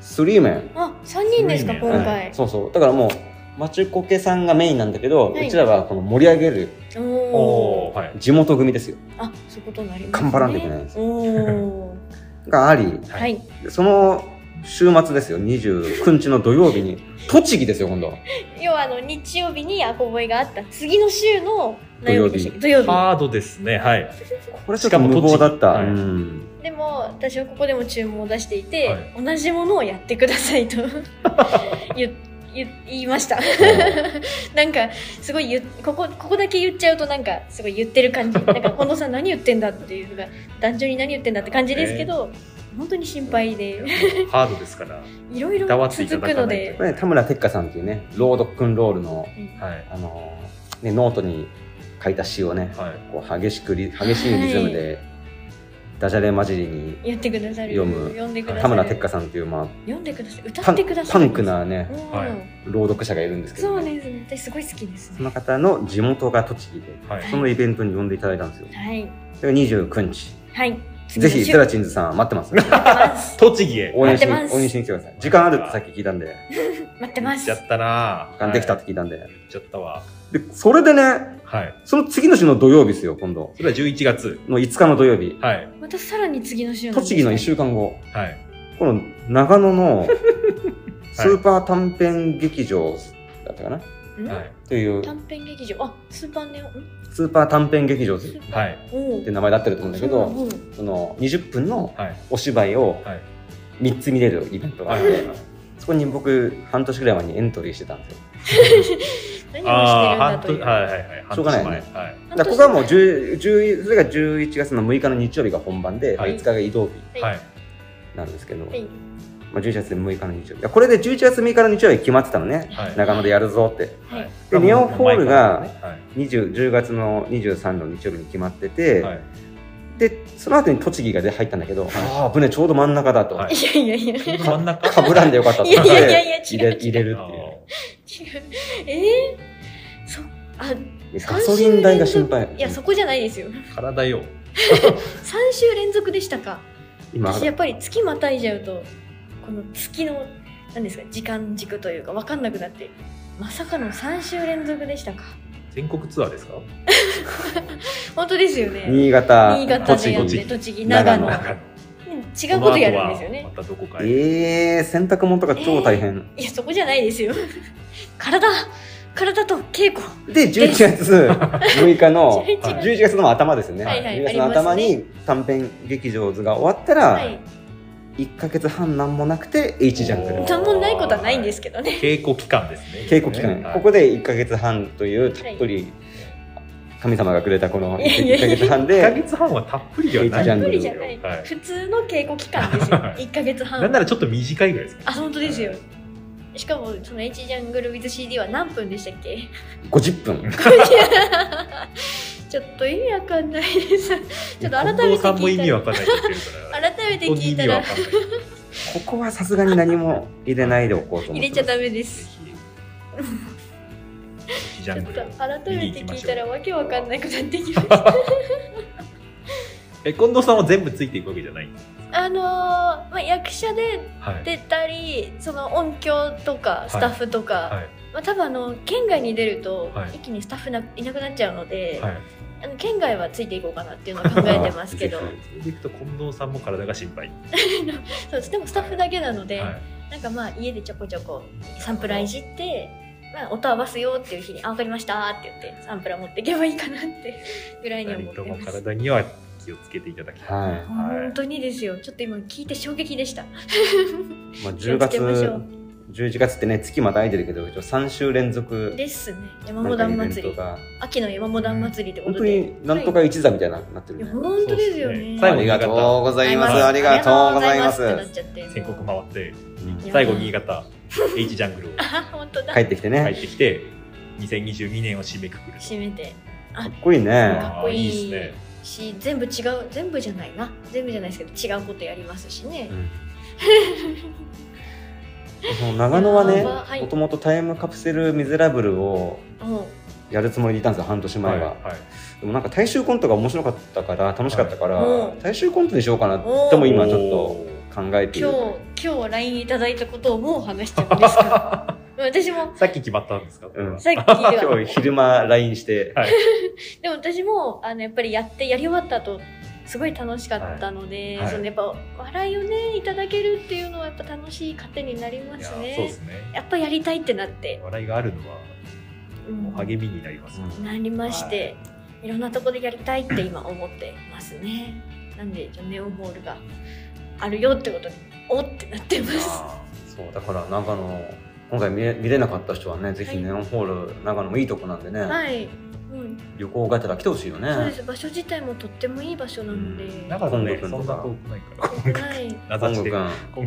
スリーメン。
あ、3人ですか、
す
今
ごいね
は
回
い。そうそう。だからもう、マチュコケさんがメインなんだけど、
はいう
ちらはこの盛り上げる
お
お
ー。
ー、はい。
地元組ですよ。
あ、そういうことになりますね。
頑張らんといけないです
おー。
があり、
はい
はい。
その週末ですよ、29日の土曜日に、栃木ですよ、今度は。
要はあの日曜日にアコボイがあった次の週の何曜日でしたっけ土曜日
ハードですね、はい。
これちょっと無謀だった。
しかも栃木はい
うん
でも私はここでも注文を出していて、
は
同じものをやってくださいと <laughs> 言言言いました <laughs> なんかすごい言っここここだけ言っちゃうとなんかすごい言ってる感じなんか近藤さん何言ってんだっていうのが男女に何言ってんだって感じですけど、本当に心配で
ハードですから。
いろいろ
伝わっていた
続
だ
く
か
の
ない
で
と
これね田村哲香さんっていうね、朗読くんロールの、
はい。
あのーね、ノートに書いた詩をね、
はい。
こう激しくリ、激しいリズムで、ダジャレ混じりに、
やってくださる
読む
んでくださる
田村哲香さんっていう、まあ、
読んでください歌
パ
っ
ン
てくださ
パ
い
ンクなね、
うん
はい
朗読者がいるんですけ
そ
ど
う
ね、
ですね。私すごい好きです
そ
ね。
の方の地元が栃木で、
はい。
そのイベントに呼んでいただいたんですよ。
はい。
それが29日。
はい。
ぜひ、
待
ゼラチンズさん待ってます。
っ
栃木へ。
応援しに、
待ってます
応援しに来てください。時間あるってさっき聞いたんで、
てます。
言っちゃったな
時間できたっ
はい
て聞いたんで。
言っちゃったわ。
で、それでね、
はい。
その次の週の土曜日ですよ、今度。
それは11月。
の5日の土曜日。
はい。
またさらに次の週なんです
栃木の1週間後、
はい。
この長野 <laughs> のスーパー短編劇場だったかな、
ん
はい。
という、
短編劇場。あ、スーパーネオン。
スーパー短編劇場っ
ス
て
ーパー。
はい。
お
名前だってると思うんだけど、
お
その20分の
はい。
お芝居を
はい
3つ見れるイベントがあって、そこに僕、半年くらい前にエントリーしてたんですよ。
何 <laughs>
ああ、
を
半
してるんだという。
年、はいはいはい。
しょうがないよね
半年前はい。
だからここはもう10、10それが11月の6日の日曜日が本番で、
はい
5日が移動日
はい。
なんですけど、
はい
まあ、11月6日の日曜日いやこれで11月6日の日曜日決まってたのね、
はい
長野でやるぞって
はい
はい
でネオンホールが
前からね
20 10月の23の日曜日に決まってて、
はい。はい
でその後に栃木がで入ったんだけど、ああぶねちょうど真ん中だと、
はい
いやいやいや。違う <laughs>
ちょうど真ん中
かぶらんでよかったと思って
いやいやいや違う
入れ入れ
あ
るっていう
ー
えーそあ
ガソリン代が心配
いやそこじゃないですよ
体よ。
3週連続でしたか
今
私やっぱり月またいじゃうとこの月の何ですか時間軸というか分かんなくなってまさかの3週連続でしたか
全国ツアーですか
本当ですよね
新潟
新潟でやっ
栃
て
木
栃木
長
長
野
野
長野
違うことやるんですよ
この後は
ね
またどこかへ。
ええー、洗濯物とか超大変、
いやそこじゃないですよ <laughs> 体体と稽古
で11月6日の
11
はい
11月の頭ですよね、
はいはい
11月の頭
あり
に短編劇場図が終わったら、
はい
1か月半なんもなくて H ジャンク
お
ル
ー
何もないことはないんですけどね
稽古期間ですね。
稽古期間、
ねはい
ここで1か月半というたっぷり神様がくれたこの
いやいや
1か月半
一ヶ
で
月半はたっぷりではない
ジャ
た
ン
っ
ル
ぷ
で
り
す
じ
よ
ゃない、
はい
普通の稽古期間ですよ1ヶ月半
なんならちょっと短いぐらいですか。
あ本当ですよしかもその H ジャングル WithCD は何分でしたっけ
50分
<laughs> ちょっと意味わかんない
<laughs>
です。ちょっと改めて
近
聞い
藤
た
さんも意味
ら、
わかんないって言ってるから。
改めて聞いたら
本当に意味わかんない。
ここはさすがに何も入れないでおこうと思
入
って
れちゃダメです。
ひジ
ちょ
ャ
っ
ン
と
グル
改めて聞いたら
見
わけわかんなくなってきました。
え近藤さんは全部ついていくわけじゃない
<laughs> あのーまあ、役者で
はい
出たり、その音響とか
い
スタッフとか、
はい
まあ、多分あの県外に出ると
はい
一気にスタッフないなくなっちゃうので、
はい
あの県外はついていこうかなっていうのは考えてますけど
あー、
それでいくと近藤さんも体が心配
そうでもスタッフだけなので、
はい
なんかまあ家でちょこちょこサンプラーいじって、まあ、音合わすよっていう日に「あ分かりました」って言ってサンプラー持っていけばいいかなってぐらいには
二
思
人とも
ってます。
体には気をつけていただきたい
はい
も体
本当にですよちょっと今聞いて衝撃でした
まあ、
気
10
をつけ
月
ましょう
10 11月ってね、月また空いてるけど、一応3週連続、
ですね山
なん
本
か
段
イベン
祭
ト
り
が、
秋の山本段祭りってこ
本
と
当
で
になんとか一座みたいな、なって
いや
るね。
本当ですよね
そうっすね
あ
最後
りがとうございます。あ
あ
りがとうございます。
ってなっちゃって
全国回って、
うん
や
最後新潟、H ジャングルを
あ本当だ
帰ってきて
帰
ね、
ってきて、2022年を締めくくると。
閉めて
かっこいいね。
かっこいい
あーですね。
し全部違う全部じゃないな全部じゃないですけど違うことやりますしね
うんその長野はね
やばはい
もともとタイムカプセル「ミゼラブル」を
<laughs> も
やるつもりでいたんですよ半年前は、
はい。
でもなんか大衆コントが面白かったから楽しかったから、
はい
大衆コントにしようかなっても
おー
今ちょっと考え
う
てい
今
る
日今日 LINE いただいたことをもう話しちゃうんですか
<laughs>
私も
と。さっき決まったんですか、これは
うん
さっきは
今日昼間 LINE して、
はい。
でも私もあのやっぱりやってやり終わった後すごい楽しかったので、
はいはい
そのやっぱ笑いをねいただけるっていうのはやっぱ楽しい糧になりま
いや
す
そう
ね
ですね。
やっぱやりたいってなって、
笑いがあるのは、
うん
もう励みになりますよね。
なりまして、い、ろんなとこでやりたいって今思ってますねなんでじゃあネオンホールがあるよってことでおってなってます
あ
そうだから長野今回見れ見れなかった人はねぜひネオンホール長野もいいとこなんでね、
はい、うん、
旅行がてら来てほしいよね
そうです場所自体もとってもいい場所なので、
ー
うん
なんかそんなそ
今度
んな遠くないから。
はい、
名
コン
指し
グ
で
く。ん
今回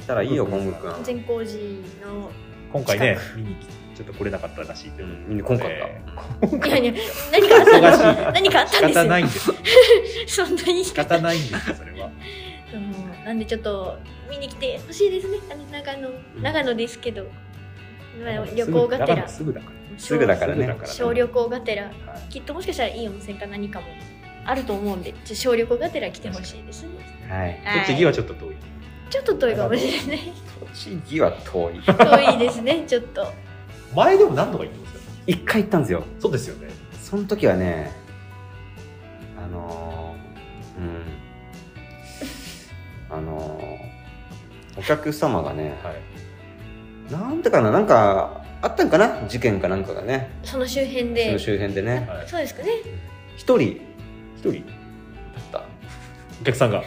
来たらいいよコングくん
善光寺
<laughs>
の
今回ね、見に来ちょっと来れなかったらしいという
うん見に来んかった、
え
いやいや何かあったんです
忙しい
何かあっ
仕
たんです
方
よ
ないんです。仕
そんな言い方
方ないんです、それは。
そうなんでちょっと見に来てほしいですねあの長野長野ですけど、まあ <laughs> 旅行がてら
すぐだから。
すぐだからね
すぐだから
小旅行がてら
はい
きっともしかしたらいい温泉か何かもあると思うんでちょ小旅行がてら来てほしいですね
はい
はい
栃木はちょっと遠い。
ちょっと遠いかもしれ
<laughs>
ない
栃木は遠い
遠いですねちょっと
前でも何度か行ってますよね。
<laughs> 一回行ったんですよ
そうですよね。
その時はねあのーうんあのーお客様がね
はい。
なんてかななんかあったんかな事件かなんかがね
その周辺
そ
で
の周辺でね
はい
そうですかね
一人
一人
だっ
お客さんが。
た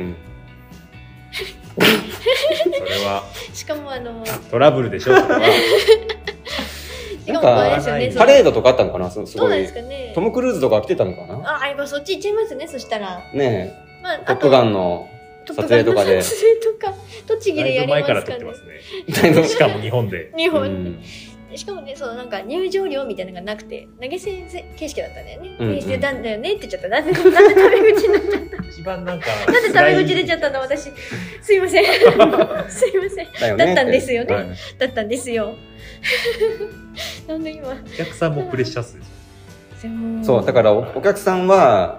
うん
それは
しかもあのし
トラブルでしょ。それ
か
は
なん
もあれ
か
ですよねその
パレードとかあったのかなすす
どう
ご
なん
い
ですかね
トム・クルーズとか来てたのかな
ああ今そっち行っちゃいますねそしたら
ね
まあ
え「
あ
トップガ
<laughs>
ン」の
撮
撮影とかで
撮影とか栃木
だ
でや
いぶ
りま
前
す
か
からら
撮っ
ね
てますね。
だいぶ
しかも日本で。
日
う
本、
ん
しかもねそのなんか入場料みたいなのがなくて投げ銭形式だったんだよね、
うんうん
でなんだよねって言っちゃったなんでなんでタメ口になっちゃっ
一番なんか。
たなんでタメ口出ちゃったの私すいません <laughs> すいま
<laughs>
せん
だよね
だったんですよね
はい
だったんですよ <laughs> なんで今
お客さんもプレッシャーっすですよ。
そうだからおお客さんは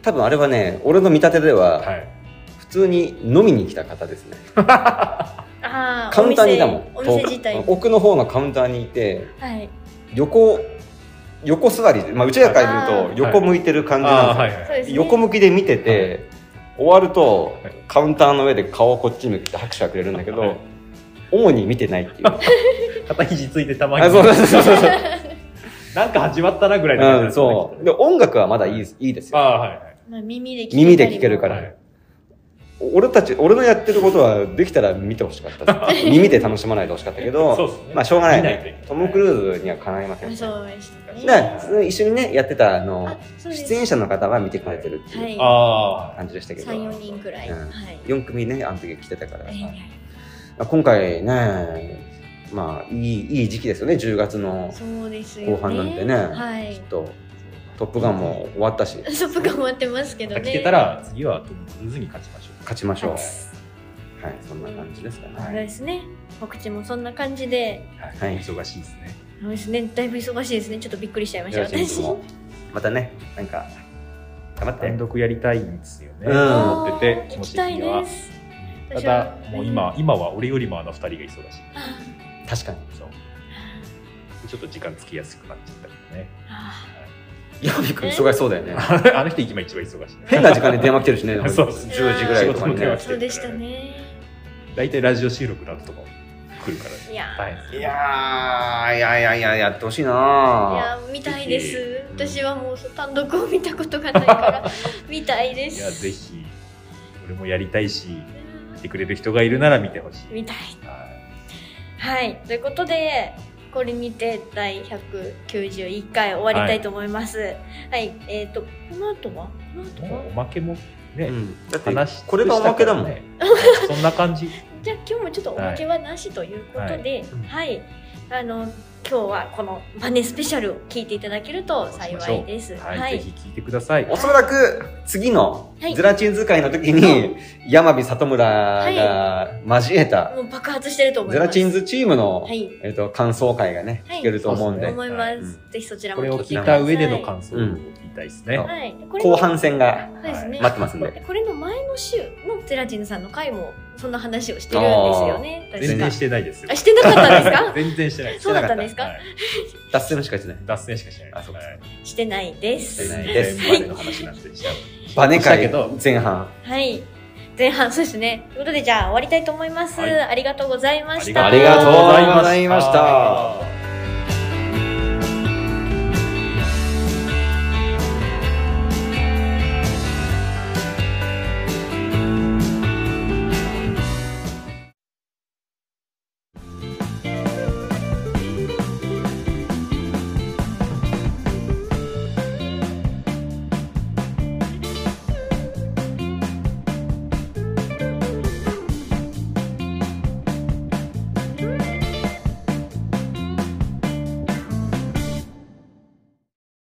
多分あれはね俺の見立てで
は。
はい普通に飲みに来た方ですね、
あ
カウンターにいたもん
お店お
遠
店
く
自体に
奥の方のカウンターにいて
はい
横横座り、まあ、うちらから見ると
あー
横向いてる感じ
あ
な
あ
んで
はい
そう
はい。
です、ね、
横向きで見てて、終わると
はい
カウンターの上で顔をこっち向けて拍手はくれるんだけど、
はい
主に見てないっていうあ
肩肘ついてたまに。
そうそうそうそうそう
なんか始まったなぐらいの
う
感
ん、
じだったね
そうで音楽はまだいいですいいです
あ
よ
あはいはい。
まあ、耳で聞けたりも
耳で聞けるから、
はい
俺たち俺のやってることはできたら見てほしかったです耳で楽しまないでほしかったけど
そうですね
まあしょうがない,、
見ないといけない
トム・クルーズにはかないません、
あ
ね、
そうでしたね
だから一緒にねやってたあ
あ
の
そうです
出演者の方は見てくれてるって
は
い
い
う
ああ。
感じでしたけど、
34人くらい、
うん
はい <laughs>
4組ねあの時来てたから、
はいはい
まあ今回ねまあいいいい時期ですよね10月の
そうですよね
後半なんでね
は
き
い
っと「トップガン」も終わったし
ソップが終わってますけど
また
ね
来てたら次はトム・クルーズに勝ちましょ
勝ちましょう
はい
はいそんな感じですかね、
そうですね告知もそんな感じで
う。
はい
忙しいですね。
そうですねだいぶ忙しいですねちょっとびっくりしちゃいました
よろしいです
私
もまたねなんか頑張って
単独やりたいんですよね。
うん
思って
あ
て
ー
気
行
持
き
ち
た
的
い
には
で。す
た
私
だ
は
もう今今は俺よりもあの二人が忙しい。
あ
確かに
そう。ちょっと時間つきやすくなっちゃったけ
ーあ
ヤビ君忙しそうだよね
ど
<laughs>
ね。あの人今一番忙しい。
変な時間に電話来てるしね
<laughs> そう
10時ぐらいと
仕
かに
事の電
ね
話
ーそうでしたね
大体ラジオ収録の後とかも来るからね。
いやー
大変です
い
よ
やーいやいやいややってほしい
い
な
や見たいです
ぜひ
私はもうそう単独を見たことがないから見たいで
い
す
やぜひ俺もやりたいし来てくれる人がいるなら見てほしい。
見たい
はい
はい、ということで、これにて第191回終わりたいと思います。はい、えっ、と、この後はこの後
もうお
は
まけも
う
ね、
ん、だって
話し
これがおまけだもん、
ね。 <laughs> そんな感じ。
じゃあ今日もちょっとおまけはなしということで、はい、あの、今日はこのバネスペシャルを聞いていただけると幸いです。
はい、ぜひ聞いてください。
おそらく次の
はい
ゼラチン使いの時に、山火里村が交えた
もう爆発してると思い
ゼ
ます。
ラチンズチームの、
はい。
えっと感想会がね、
はい
聞けると思うんで
そうです
思
ね
います、
うん
ぜひそちらも
これを
聞いて
聞
く
い
ださ
た
い
上での感想を
う
言
ん
いたいですね。
はい、これも
後半戦が
そうですね
待ってますんで
でこれの前の週のゼラチンさんの回もそんな話をしてるんですよね。確か
全然してないですよ
あ。してなかったんですか
全 <laughs> 然してないです
そうだったんですか
はい
脱線しかしてない
脱線しかしてない
あそうか
はい
してないで
して
す。
ない
全然までの話なんてしちゃう
バネ
したけ
会
ど
前半
はい。前半、そうですね。ということで、じゃあ終わりたいと思います。
はい
ありがとうございました。
ありがとうご
あ
ざいました
りがとうございました